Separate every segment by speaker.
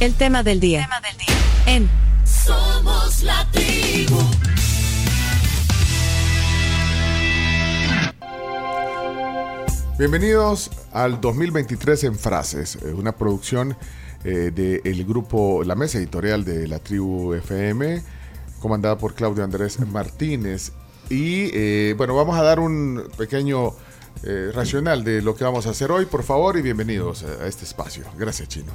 Speaker 1: El tema del día.
Speaker 2: Tema del día.
Speaker 1: En
Speaker 3: Somos la tribu.
Speaker 4: Bienvenidos al 2023 en Frases, eh, una producción del grupo La Mesa Editorial de la Tribu FM, comandada por Claudio Andrés Martínez. Y eh, bueno, vamos a dar un pequeño eh, racional de lo que vamos a hacer hoy, por favor, y bienvenidos a, a este espacio. Gracias, Chino.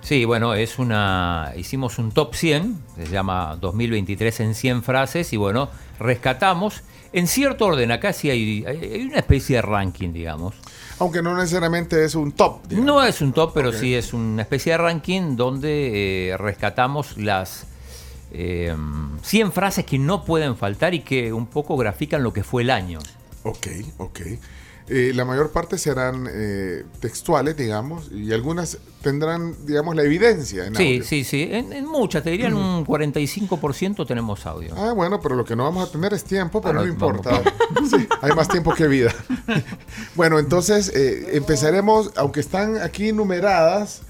Speaker 5: Sí, bueno, es una hicimos un top 100, se llama 2023 en 100 frases y bueno, rescatamos en cierto orden, acá sí hay, hay una especie de ranking, digamos.
Speaker 4: Aunque no necesariamente es un top. digamos.
Speaker 5: No es un top, pero
Speaker 4: Ok.
Speaker 5: sí es una especie de ranking donde eh, rescatamos las eh, 100 frases que no pueden faltar y que un poco grafican lo que fue el año.
Speaker 4: Ok, ok. Eh, la mayor parte serán eh, textuales, digamos, y algunas tendrán, digamos, la evidencia. En
Speaker 5: Sí,
Speaker 4: audio.
Speaker 5: sí, sí, en, en muchas, te dirían un 45% tenemos audio.
Speaker 4: Ah, bueno, pero lo que no vamos a tener es tiempo, pero
Speaker 5: Ah,
Speaker 4: no
Speaker 5: no,
Speaker 4: importa. Sí, hay más tiempo que vida. bueno, entonces eh, empezaremos, aunque están aquí numeradas,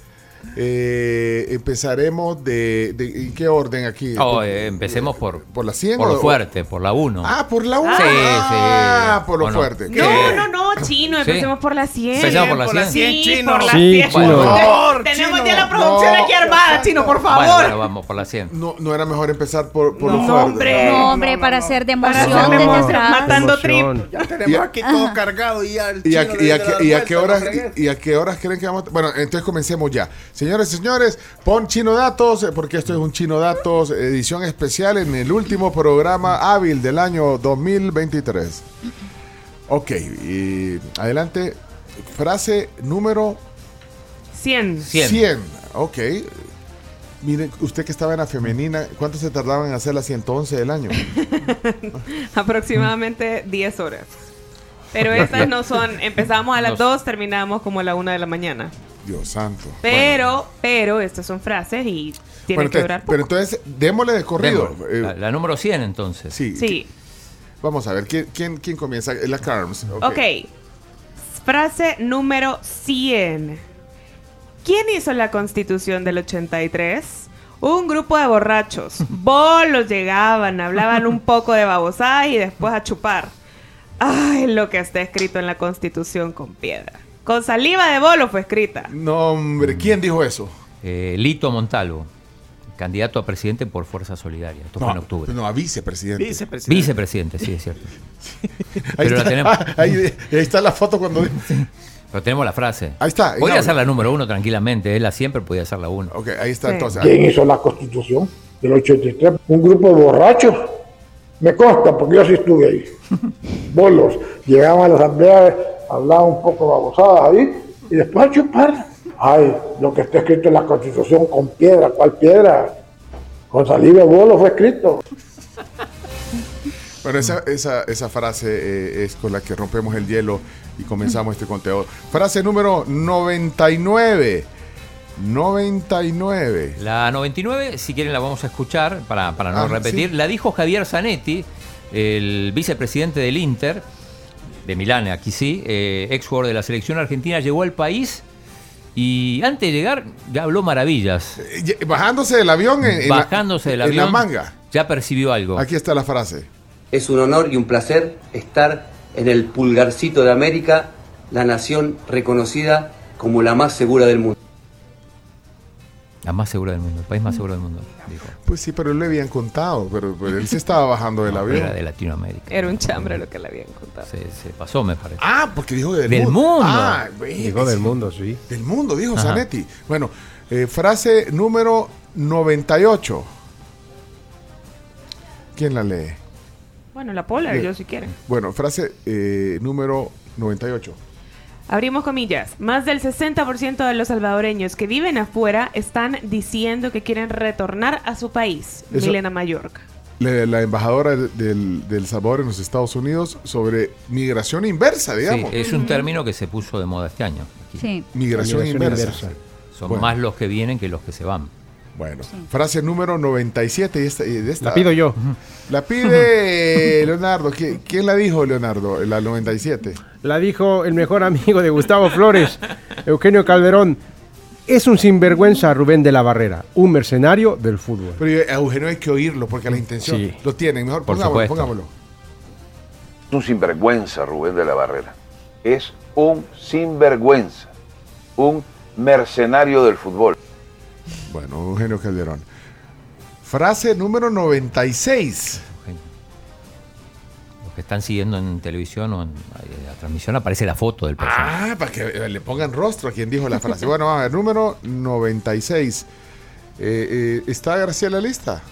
Speaker 4: eh, empezaremos de, de- ¿En qué orden aquí?
Speaker 5: Oh, eh, empecemos por,
Speaker 4: ¿Por la 100
Speaker 5: por
Speaker 4: o-
Speaker 5: lo fuerte, por la 1.
Speaker 4: Ah, por la 1.
Speaker 5: Sí, sí.
Speaker 4: Ah, por lo
Speaker 5: Bueno.
Speaker 4: fuerte.
Speaker 5: No,
Speaker 4: Qué
Speaker 2: No,
Speaker 4: bien.
Speaker 2: no, no, chino,
Speaker 5: Sí.
Speaker 2: empecemos por la 100.
Speaker 5: Empecemos por la 100.
Speaker 2: Sí,
Speaker 6: chino.
Speaker 2: por la
Speaker 6: Sí,
Speaker 2: 100.
Speaker 6: chino.
Speaker 2: Por
Speaker 4: Por
Speaker 2: favor,
Speaker 4: favor,
Speaker 2: Tenemos
Speaker 4: chino.
Speaker 2: ya la producción
Speaker 4: No,
Speaker 2: aquí armada, chino, por favor.
Speaker 5: Bueno, bueno, vamos por la 100.
Speaker 4: No, no era mejor empezar por, por lo
Speaker 2: No,
Speaker 4: fuerte.
Speaker 2: hombre. Eh,
Speaker 7: No, hombre, para hacer de
Speaker 2: Para
Speaker 7: emoción
Speaker 2: hacer
Speaker 6: No,
Speaker 2: de
Speaker 7: desde
Speaker 2: emoción,
Speaker 7: atrás.
Speaker 2: matando
Speaker 6: Emoción.
Speaker 2: trip.
Speaker 6: Ya
Speaker 4: Y a-
Speaker 6: tenemos aquí todo cargado y ya el
Speaker 4: ¿Y a,
Speaker 6: chino
Speaker 4: y a
Speaker 6: le
Speaker 4: qué-
Speaker 6: dio la
Speaker 4: y a
Speaker 6: vuelta,
Speaker 4: qué
Speaker 6: no
Speaker 4: horas,
Speaker 6: fregues.
Speaker 4: y a qué horas creen que vamos a- Bueno, entonces comencemos ya. Señores y señores, pon Chino Datos, eh, porque esto es un Chino Datos, edición especial en el último programa hábil del año 2023. Ok, y adelante. Frase número
Speaker 2: 100.
Speaker 5: 100.
Speaker 4: 100. Ok. Mire, usted que estaba en la femenina, ¿cuánto se tardaban en hacer la 111 del año?
Speaker 2: Aproximadamente 10 horas. Pero estas no son. Empezamos a las
Speaker 5: No.
Speaker 2: 2, terminamos como a la 1 de la mañana.
Speaker 4: Dios santo.
Speaker 2: Pero, pero, estas son frases y
Speaker 4: Bueno,
Speaker 2: tienen que
Speaker 4: entonces-
Speaker 2: durar poco.
Speaker 4: pero entonces, démosle de corrido.
Speaker 5: Vemos.
Speaker 4: Eh,
Speaker 5: La, la número 100 entonces.
Speaker 4: sí.
Speaker 2: sí.
Speaker 4: Vamos a ver, ¿quién, quién, quién comienza? Eh, La Carms.
Speaker 2: ok. Frase número 100. ¿Quién hizo la constitución del 83? Un grupo de borrachos. Bolos llegaban, hablaban un poco de babosada y después a chupar. Ay, lo que está escrito en la constitución con piedra. Con saliva de bolo fue escrita.
Speaker 4: No, hombre, ¿quién dijo eso?
Speaker 5: Eh, Lito Montalvo, candidato a presidente por Fuerza Solidaria. Esto fue en octubre.
Speaker 4: No, a vicepresidente.
Speaker 6: Vicepresidente.
Speaker 5: Vicepresidente, sí, es cierto.
Speaker 4: ahí,
Speaker 5: pero la
Speaker 4: está,
Speaker 5: tenemos.
Speaker 4: ah, ahí, ahí está la foto cuando.
Speaker 5: Pero tenemos la frase.
Speaker 4: Ahí está, en
Speaker 5: Podría
Speaker 4: audio.
Speaker 5: ser la número uno tranquilamente. Él la siempre podía ser la uno.
Speaker 4: Ok, ahí está
Speaker 2: Sí.
Speaker 4: entonces.
Speaker 8: ¿Quién hizo la constitución del 83? Un grupo de borrachos. Me consta, porque yo sí estuve ahí. Bolos. Llegaban a la asamblea, hablaban un poco babosadas ahí, y después a chupar. Ay, lo que está escrito en la constitución con piedra, ¿cuál piedra? Con saliva de bolo fue escrito.
Speaker 4: Bueno, esa, esa, esa frase eh, es con la que rompemos el hielo y comenzamos este conteo. Frase número 99. 99.
Speaker 5: La 99, si quieren la vamos a escuchar para, para no
Speaker 4: Ah,
Speaker 5: repetir.
Speaker 4: sí.
Speaker 5: La dijo Javier Zanetti, el vicepresidente del Inter, de Milán, aquí sí, eh, ex jugador de la selección argentina, llegó al país y antes de llegar ya habló maravillas.
Speaker 4: Eh, ye- Bajándose del avión. eh, En, en la-
Speaker 5: Bajándose del avión.
Speaker 4: En la manga.
Speaker 5: Ya percibió algo.
Speaker 4: Aquí está la frase.
Speaker 9: Es un honor y un placer estar en el pulgarcito de América, la nación reconocida como la más segura del mundo.
Speaker 5: La más segura del mundo, el país más seguro del mundo, dijo.
Speaker 4: Pues sí, pero le habían contado. Ah, Pero, pero él se estaba bajando del
Speaker 5: No, Era
Speaker 4: avión.
Speaker 5: de Latinoamérica.
Speaker 2: Era un chambre lo que le habían contado.
Speaker 5: Se, se pasó, me parece.
Speaker 4: Ah, porque dijo del,
Speaker 5: Del mundo.
Speaker 4: Ah, bueno,
Speaker 6: Digo del
Speaker 4: sí.
Speaker 6: mundo, sí.
Speaker 4: Del mundo, dijo
Speaker 5: Ajá.
Speaker 4: Zanetti. Bueno, eh, frase número 98. ¿Quién la lee?
Speaker 2: Bueno, la pola,
Speaker 4: Sí.
Speaker 2: yo si quieren.
Speaker 4: Bueno, frase eh, número 98.
Speaker 2: Abrimos comillas. Más del 60% de los salvadoreños que viven afuera están diciendo que quieren retornar a su país,
Speaker 4: Eso-
Speaker 2: Milena Mallorca.
Speaker 4: La, la embajadora de- del, del Salvador en los Estados Unidos sobre migración inversa,
Speaker 5: Sí,
Speaker 4: digamos.
Speaker 5: es un término que se puso de moda este año. aquí.
Speaker 7: Sí.
Speaker 4: migración,
Speaker 6: Migración
Speaker 4: inversa.
Speaker 6: inversa.
Speaker 5: Son
Speaker 4: Bueno.
Speaker 5: más los que vienen que los que se van.
Speaker 4: Bueno, frase número 97. Y esta, y de esta-
Speaker 6: La pido yo.
Speaker 4: La pide eh, Leonardo. ¿Qui- ¿Quién la dijo, Leonardo? La 97.
Speaker 6: La dijo el mejor amigo de Gustavo Flores, Eugenio Calderón.
Speaker 1: Es un sinvergüenza Rubén de la Barrera, un mercenario del fútbol.
Speaker 4: Pero a Eugenio hay que oírlo porque la intención
Speaker 5: Sí.
Speaker 4: lo tienen. Mejor
Speaker 5: Por
Speaker 4: pongámoslo,
Speaker 5: supuesto.
Speaker 4: pongámoslo.
Speaker 6: Es un sinvergüenza, Rubén de la Barrera. Es un sinvergüenza. Un mercenario del fútbol.
Speaker 4: Bueno, Eugenio Calderón. Frase número 96.
Speaker 5: Los que están siguiendo en televisión o en eh, la transmisión aparece la foto del personaje.
Speaker 4: Ah, para que le pongan rostro a quien dijo la frase. Bueno, vamos a ver, número 96. Eh, eh, ¿Está García en la lista?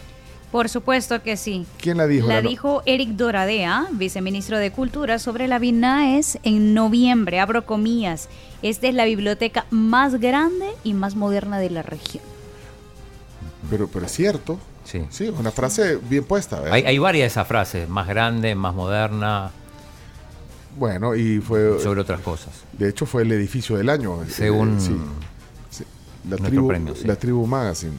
Speaker 7: Por supuesto que sí.
Speaker 4: ¿Quién la dijo?
Speaker 7: La
Speaker 4: no-
Speaker 7: dijo Eric Doradea, viceministro de Cultura, sobre la BINAES en noviembre. Abro comillas. Esta es la biblioteca más grande y más moderna de la región.
Speaker 4: Pero, pero es cierto.
Speaker 5: Sí.
Speaker 4: Sí, una frase bien puesta. ¿verdad?
Speaker 5: Hay, hay varias de esas frases, más grande, más moderna,
Speaker 4: Bueno, y fue.
Speaker 5: sobre otras cosas.
Speaker 4: De hecho, fue el edificio del año. eh,
Speaker 5: Según-
Speaker 4: sí. Sí, La
Speaker 5: nuestro
Speaker 4: tribu,
Speaker 5: premio, sí.
Speaker 4: la tribu Magazine.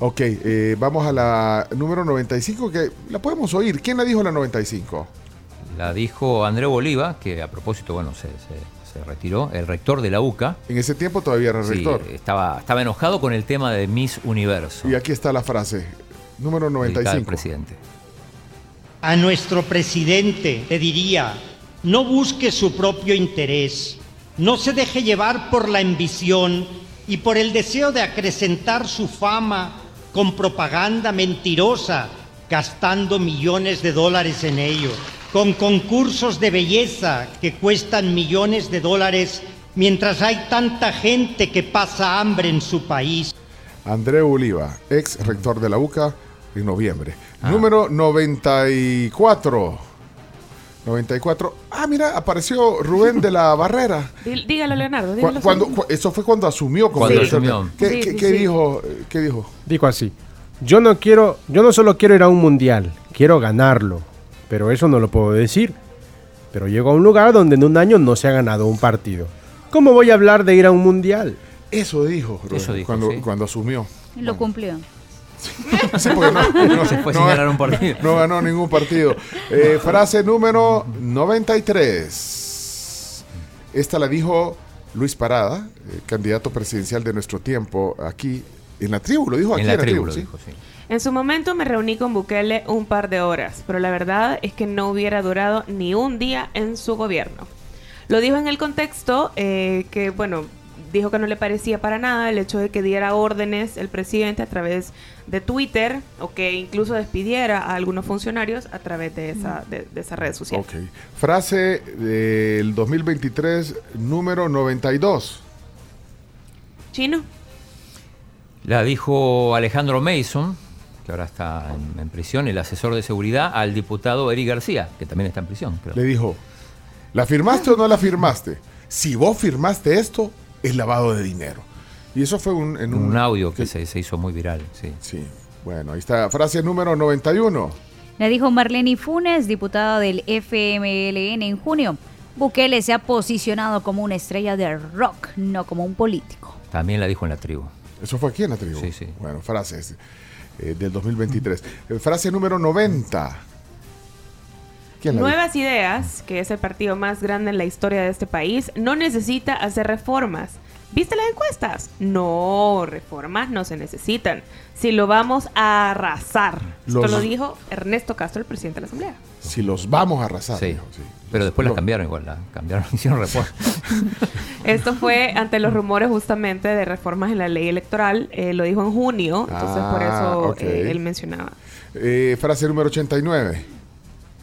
Speaker 4: Ok, eh, vamos a la número 95, que la podemos oír. ¿Quién la dijo la 95?
Speaker 5: La dijo André Oliva, que a propósito, bueno, se, se- se retiró, el rector de la UCA.
Speaker 4: En ese tiempo todavía era
Speaker 5: Sí,
Speaker 4: rector.
Speaker 5: estaba, estaba enojado con el tema de Miss Universo.
Speaker 4: Y aquí está la frase.
Speaker 5: dedicada
Speaker 4: Número
Speaker 5: al
Speaker 4: 95.
Speaker 5: presidente.
Speaker 10: A nuestro presidente le diría, no busque su propio interés, no se deje llevar por la ambición y por el deseo de acrecentar su fama con propaganda mentirosa, gastando millones de dólares en ello, con concursos de belleza que cuestan millones de dólares mientras hay tanta gente que pasa hambre en su país.
Speaker 4: André Oliva, ex rector de la UCA, en noviembre.
Speaker 5: Ah.
Speaker 4: Número 94. 94. Ah, mira, apareció Rubén de la Barrera.
Speaker 2: Dí- Dígalo, Leonardo.
Speaker 4: Cu-
Speaker 2: Dígalo.
Speaker 4: cuando- cu- eso fue cuando asumió. como
Speaker 5: Cuando
Speaker 4: director.
Speaker 5: asumió.
Speaker 4: ¿Qué,
Speaker 2: Sí,
Speaker 4: qué-
Speaker 2: sí,
Speaker 4: qué
Speaker 2: sí.
Speaker 4: dijo? eh, ¿Qué dijo?
Speaker 1: Dijo así, yo no quiero, yo no solo quiero ir a un mundial, quiero ganarlo, pero eso no lo puedo decir. Pero llego a un lugar donde en un año no se ha ganado un partido. ¿Cómo voy a hablar de ir a un mundial?
Speaker 4: Eso dijo, Rubén,
Speaker 5: Eso dijo,
Speaker 4: cuando,
Speaker 5: sí.
Speaker 4: cuando asumió.
Speaker 7: Lo cumplió.
Speaker 4: Sí, porque no, no-
Speaker 5: Se fue
Speaker 4: no
Speaker 5: sin
Speaker 4: gan-
Speaker 5: ganar un partido.
Speaker 4: no ganó ningún partido. Eh, frase número 93. Esta la dijo Luis Parada, eh, candidato presidencial de nuestro tiempo aquí en la tribu. Lo dijo aquí
Speaker 5: en la tribu, lo
Speaker 4: ¿sí?
Speaker 5: dijo, sí.
Speaker 2: En su momento me reuní con Bukele un par de horas, pero la verdad es que no hubiera durado ni un día en su gobierno. Lo dijo en el contexto eh, que, bueno, dijo que no le parecía para nada el hecho de que diera órdenes el presidente a través de Twitter o que incluso despidiera a algunos funcionarios a través de esa, de, de esa red social.
Speaker 4: Ok. Frase del 2023, número 92.
Speaker 2: Chino,
Speaker 5: La dijo Alejandro Mason, que ahora está en, en prisión, el asesor de seguridad, al diputado Eric García, que también está en prisión. creo.
Speaker 4: Le dijo, ¿la firmaste o no la firmaste? Si vos firmaste esto, es lavado de dinero. Y eso fue un, en
Speaker 5: un audio que se, se hizo muy viral. Sí.
Speaker 4: Sí, bueno, ahí está. Frase número 91.
Speaker 7: La dijo Marlene Funes, diputada del FMLN en junio. Bukele se ha posicionado como una estrella de rock, no como un político.
Speaker 5: También la dijo en la tribu.
Speaker 4: Eso fue aquí en la tribu.
Speaker 5: Sí, sí.
Speaker 4: Bueno, frases eh, del 2023. Eh, frase número 90. ¿Quién la
Speaker 2: Nuevas Ideas, que es el partido más grande en la historia de este país, no necesita hacer reformas. ¿Viste las encuestas? No, reformas no se necesitan. Si lo vamos a arrasar.
Speaker 4: Los-
Speaker 2: Esto lo dijo Ernesto Castro, el presidente de la Asamblea.
Speaker 4: dijo? Si los vamos a arrasar.
Speaker 5: Sí.
Speaker 4: dijo, sí.
Speaker 5: Pero después la
Speaker 4: Lo-
Speaker 5: cambiaron igual, la cambiaron, hicieron reporte.
Speaker 2: Esto fue ante los rumores justamente de reformas en la ley electoral. eh, lo dijo en junio, entonces por
Speaker 4: Ah,
Speaker 2: eso
Speaker 4: ok.
Speaker 2: eh, él mencionaba.
Speaker 4: Eh, frase número 89.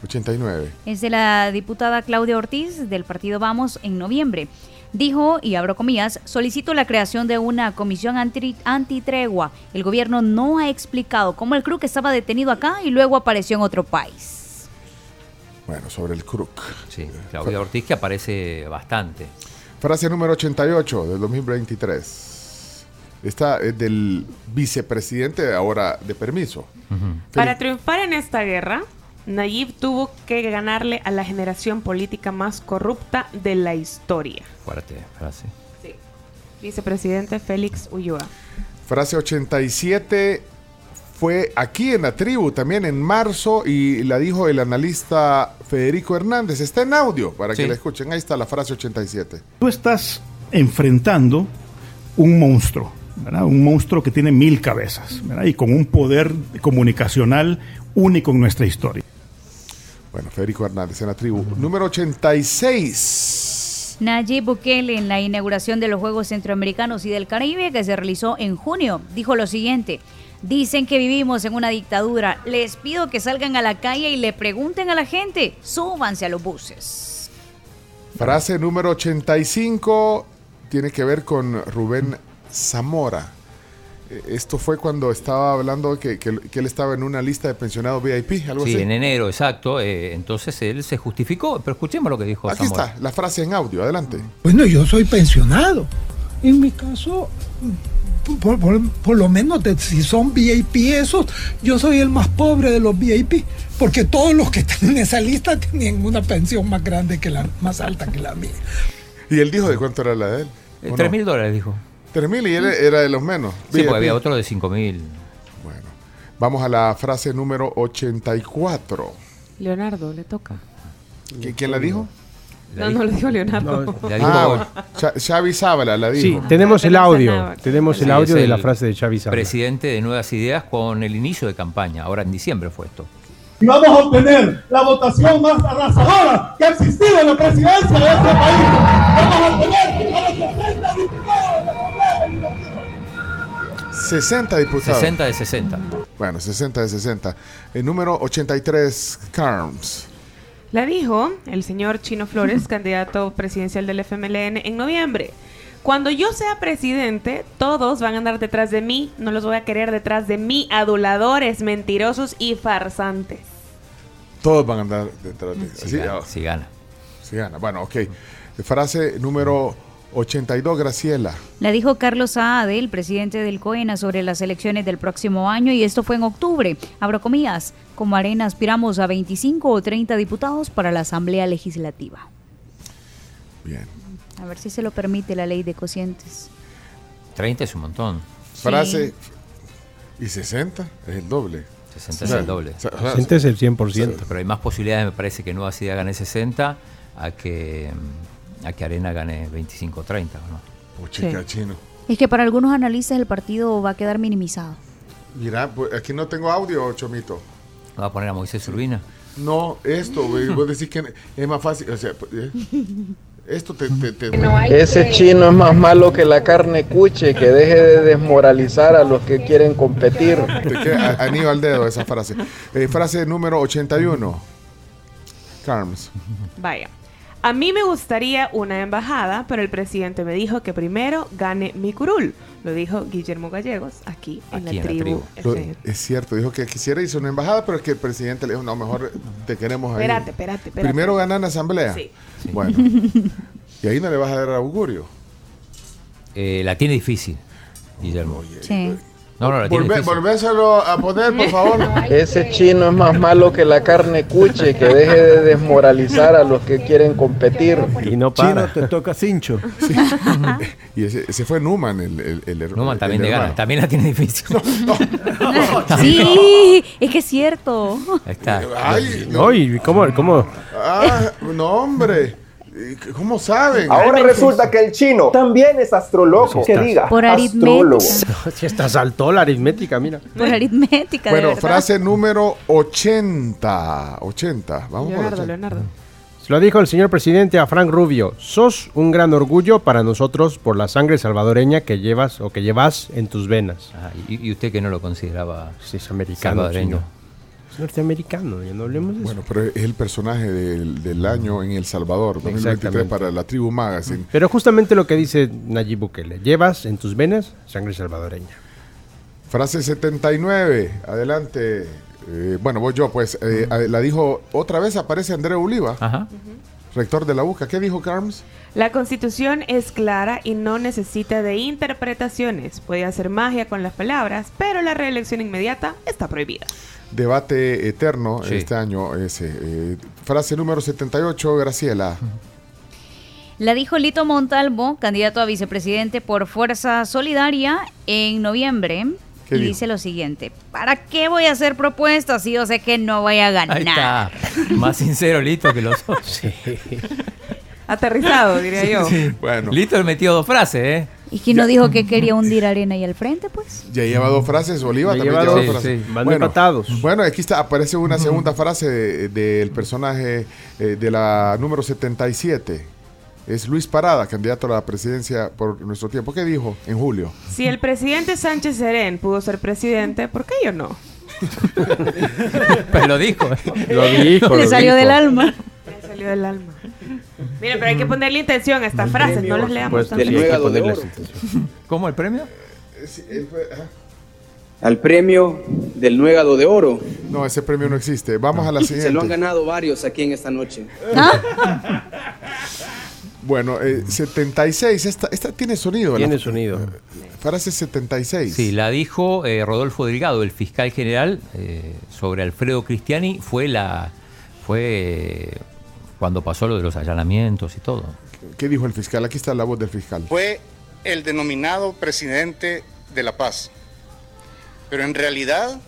Speaker 4: 89.
Speaker 7: es de la diputada Claudia Ortiz del partido Vamos en noviembre. Dijo, y abro comillas, solicito la creación de una comisión anti- antitregua. El gobierno no ha explicado cómo el CRUC estaba detenido acá y luego apareció en otro país.
Speaker 4: Bueno, sobre el crook.
Speaker 5: Sí, Claudia Ortiz que aparece bastante.
Speaker 4: Frase número 88 del 2023. Esta es del vicepresidente ahora de permiso.
Speaker 2: Para triunfar en esta guerra, Nayib tuvo que ganarle a la generación política más corrupta de la historia.
Speaker 5: Fuerte frase.
Speaker 2: Vicepresidente Félix Ulloa.
Speaker 4: Frase 87 fue aquí en la tribu, también en marzo, y la dijo el analista Federico Hernández. Está en audio para
Speaker 5: Sí.
Speaker 4: que la escuchen. Ahí está la frase 87.
Speaker 10: Tú estás enfrentando
Speaker 11: un monstruo, ¿verdad? un monstruo que tiene mil cabezas ¿verdad? y con un poder comunicacional único en nuestra historia.
Speaker 4: Bueno, Federico Hernández en la tribu. Número 86.
Speaker 7: Nayib Bukele en la inauguración de los Juegos Centroamericanos y del Caribe que se realizó en junio dijo lo siguiente. Dicen que vivimos en una dictadura. Les pido que salgan a la calle y le pregunten a la gente. Súbanse a los buses.
Speaker 4: Frase número 85 tiene que ver con Rubén Zamora. Eh, Esto fue cuando estaba hablando que, que- que él estaba en una lista de pensionados VIP, algo
Speaker 5: Sí,
Speaker 4: así.
Speaker 5: en enero, exacto. eh, entonces él se justificó, pero escuchemos lo que dijo
Speaker 4: Aquí
Speaker 5: Zamora.
Speaker 4: está, la frase en audio, adelante.
Speaker 12: Bueno, yo soy pensionado. En mi caso, por, por- por lo menos de- si son VIP esos, yo soy el más pobre de los VIP, porque todos los que están en esa lista tienen una pensión más grande que la más alta que la mía.
Speaker 4: Y él dijo de cuánto era la de él.
Speaker 5: Eh, tres mil dólares dijo.
Speaker 4: 3 mil y él era de los menos.
Speaker 5: Sí,
Speaker 4: VIP.
Speaker 5: porque había otro de cinco mil.
Speaker 4: Bueno, vamos a la frase número 84.
Speaker 2: Leonardo, le toca.
Speaker 4: ¿Qui- ¿Quién la dijo?
Speaker 2: No, no lo dijo Leonardo.
Speaker 4: Ah, bueno. Xa- Xavi Zavala la
Speaker 1: Sí,
Speaker 4: dijo.
Speaker 1: tenemos el audio.
Speaker 2: Náhuatl.
Speaker 1: Tenemos el
Speaker 5: Sí,
Speaker 1: audio
Speaker 5: es
Speaker 1: de la
Speaker 5: el
Speaker 1: frase de Xavi Sala.
Speaker 5: Presidente de Nuevas Ideas con el inicio de campaña. Ahora en diciembre fue esto.
Speaker 13: y vamos a obtener la votación más arrasadora que ha existido en la presidencia de este país. Vamos a obtener a los 60 diputados de la Asamblea Legislativa.
Speaker 4: 60 diputados.
Speaker 5: 60 de 60.
Speaker 4: Bueno, 60 de 60. El número 83, Carms.
Speaker 2: La dijo el señor Chino Flores, candidato presidencial del FMLN, en noviembre. Cuando yo sea presidente, todos van a andar detrás de mí. No los voy a querer detrás de mí, aduladores, mentirosos y farsantes.
Speaker 4: Todos van a andar detrás de
Speaker 5: Si
Speaker 4: sí,
Speaker 5: gana,
Speaker 4: ah,
Speaker 5: si gana.
Speaker 4: sí, gana. Bueno, ok. Frase número 82, Graciela.
Speaker 7: La dijo Carlos Saade, el presidente del COENA, sobre las elecciones del próximo año y esto fue en octubre. Abro comillas, como arena aspiramos a 25 o 30 diputados para la Asamblea Legislativa.
Speaker 4: Bien.
Speaker 7: A ver si se lo permite la ley de cocientes.
Speaker 5: 30 es un montón.
Speaker 4: Frase. ¿Y 60? Es el doble.
Speaker 5: 60
Speaker 4: O sea,
Speaker 5: es el doble.
Speaker 4: o sea,
Speaker 1: 60 es el 100%.
Speaker 5: Pero hay más posibilidades, me parece, que Nuevas Ideas gane 60 a que, mm, a que Arena gane 25 o 30. ¿o ¿no?
Speaker 4: puchica, chino.
Speaker 7: Es que para algunos analistas el partido va a quedar minimizado.
Speaker 4: Mira, pues, aquí no tengo audio, Chomito.
Speaker 5: ¿No va a poner a Moisés Urbina?
Speaker 4: No, esto, güey, vos decís que es más fácil. O sea, eh, esto te. te- te-
Speaker 14: Ese pues. chino es más malo que la carne cuche, que deje de desmoralizar a los que quieren competir.
Speaker 4: Te queda a- anillo al dedo esa frase. Eh, frase número 81. Carms.
Speaker 2: Vaya. A mí me gustaría una embajada, pero el presidente me dijo que primero gane mi curul. Lo dijo Guillermo Gallegos aquí en, la, tribu.
Speaker 4: Lo-
Speaker 2: FM.
Speaker 4: es cierto, dijo que quisiera irse a una embajada, pero es que el presidente le dijo, no, mejor te queremos ahí.
Speaker 2: Espérate, espérate, espérate.
Speaker 4: Primero ganan asamblea.
Speaker 2: Sí.
Speaker 4: Bueno. Y ahí no le vas a dar augurio.
Speaker 5: Eh, la tiene difícil, Guillermo.
Speaker 7: Sí.
Speaker 5: No, no, la tiene
Speaker 4: Volvé,
Speaker 5: difícil.
Speaker 4: volvéselo a poner, por favor.
Speaker 14: Ese chino es más malo que la carne cuche, que deje de desmoralizar a los que quieren competir.
Speaker 15: Y no
Speaker 14: para.
Speaker 15: Chino, te toca cincho.
Speaker 4: Y ese, ese fue Numan, el, el, el her-
Speaker 5: Numan
Speaker 4: el
Speaker 5: también le
Speaker 4: hermano.
Speaker 5: gana, también la tiene difícil.
Speaker 7: Sí, es que es cierto.
Speaker 4: ¿Eh?
Speaker 5: Ahí está.
Speaker 4: Ay,
Speaker 1: No, y ¿cómo, cómo?
Speaker 4: Ah, no, hombre. ¿Cómo saben?
Speaker 16: Ahora resulta que el chino también es astrólogo. Que diga,
Speaker 7: Por aritmética.
Speaker 16: astrólogo.
Speaker 1: Si hasta saltó la aritmética, mira.
Speaker 7: Por aritmética, de
Speaker 4: Bueno,
Speaker 7: verdad.
Speaker 4: frase número 80. 80. Vamos por
Speaker 2: Leonardo,
Speaker 4: 80.
Speaker 2: Leonardo.
Speaker 1: Se lo dijo el señor presidente a Frank Rubio. Sos un gran orgullo para nosotros por la sangre salvadoreña que llevas o que llevas en tus venas.
Speaker 5: Ah, y, y usted que no lo consideraba
Speaker 1: americano,
Speaker 5: salvadoreño.
Speaker 1: señor. Es norteamericano, ya no hablemos de
Speaker 4: Bueno, pero es el personaje del, del año en El Salvador, 2023
Speaker 1: Exactamente.
Speaker 4: para la tribu Magazine.
Speaker 1: eso. Pero justamente lo que dice Nayib Bukele. Llevas en tus venas sangre salvadoreña.
Speaker 4: Frase 79. Adelante. Eh, bueno, voy yo, pues. eh, a- La dijo otra vez, aparece Andrés Oliva, rector de la UCA. ¿Qué dijo Carms?
Speaker 2: La constitución es clara y no necesita de interpretaciones. Puede hacer magia con las palabras, pero la reelección inmediata está prohibida.
Speaker 4: Debate eterno
Speaker 5: Sí.
Speaker 4: este año. Ese. eh, frase número 78, Graciela.
Speaker 7: La dijo Lito Montalvo, candidato a vicepresidente por Fuerza Solidaria, en noviembre.
Speaker 4: ¿Qué
Speaker 7: y
Speaker 4: dijo?
Speaker 7: dice lo siguiente, ¿para qué voy a hacer propuestas si yo sé que no voy a
Speaker 5: Ahí
Speaker 7: ganar?
Speaker 5: está. Más sincero, Lito, que los otros.
Speaker 2: Aterrizado, diría yo.
Speaker 5: Sí.
Speaker 4: Bueno.
Speaker 5: Lito le metió dos frases, ¿eh?
Speaker 7: ¿Y quién no dijo que quería hundir arena y al frente, pues?
Speaker 4: Ya lleva dos frases, Oliva
Speaker 1: Ya
Speaker 4: también
Speaker 1: lleva
Speaker 4: lleva
Speaker 1: dos.
Speaker 4: dos,
Speaker 1: Sí,
Speaker 4: frases.
Speaker 1: sí, van empatados.
Speaker 4: Bueno, aquí está, aparece una segunda frase de- del personaje eh, de la número 77. Es Luis Parada, candidato a la presidencia por nuestro tiempo. ¿Qué dijo en julio?
Speaker 2: Si el presidente Sánchez Serén pudo ser presidente, ¿por qué yo no?
Speaker 5: Pues lo dijo.
Speaker 1: Lo dijo,
Speaker 7: Le salió del alma.
Speaker 2: Me salió del alma. Mira, pero hay que ponerle intención a estas frases, no las leamos
Speaker 1: Pues,
Speaker 2: tan
Speaker 1: sí, hay que
Speaker 2: rápido.
Speaker 1: ponerle
Speaker 9: oro.
Speaker 1: así.
Speaker 5: ¿Cómo el premio?
Speaker 4: Eh,
Speaker 9: Al premio del Nuegado de Oro.
Speaker 4: No, ese premio no existe. Vamos a la
Speaker 9: Se lo han
Speaker 4: siguiente.
Speaker 9: ganado varios aquí en esta noche.
Speaker 5: ¿Ah?
Speaker 4: Bueno, eh, 76. Esta, esta tiene sonido.
Speaker 1: Tiene
Speaker 4: la-
Speaker 1: sonido.
Speaker 4: Frase 76.
Speaker 5: Sí, la dijo eh, Rodolfo Delgado, el fiscal general, eh, sobre Alfredo Cristiani. Fue la. fue eh, cuando pasó lo de los allanamientos y todo.
Speaker 4: ¿Qué dijo el fiscal? Aquí está la voz del fiscal.
Speaker 15: fue el denominado presidente de la paz. Pero en realidad,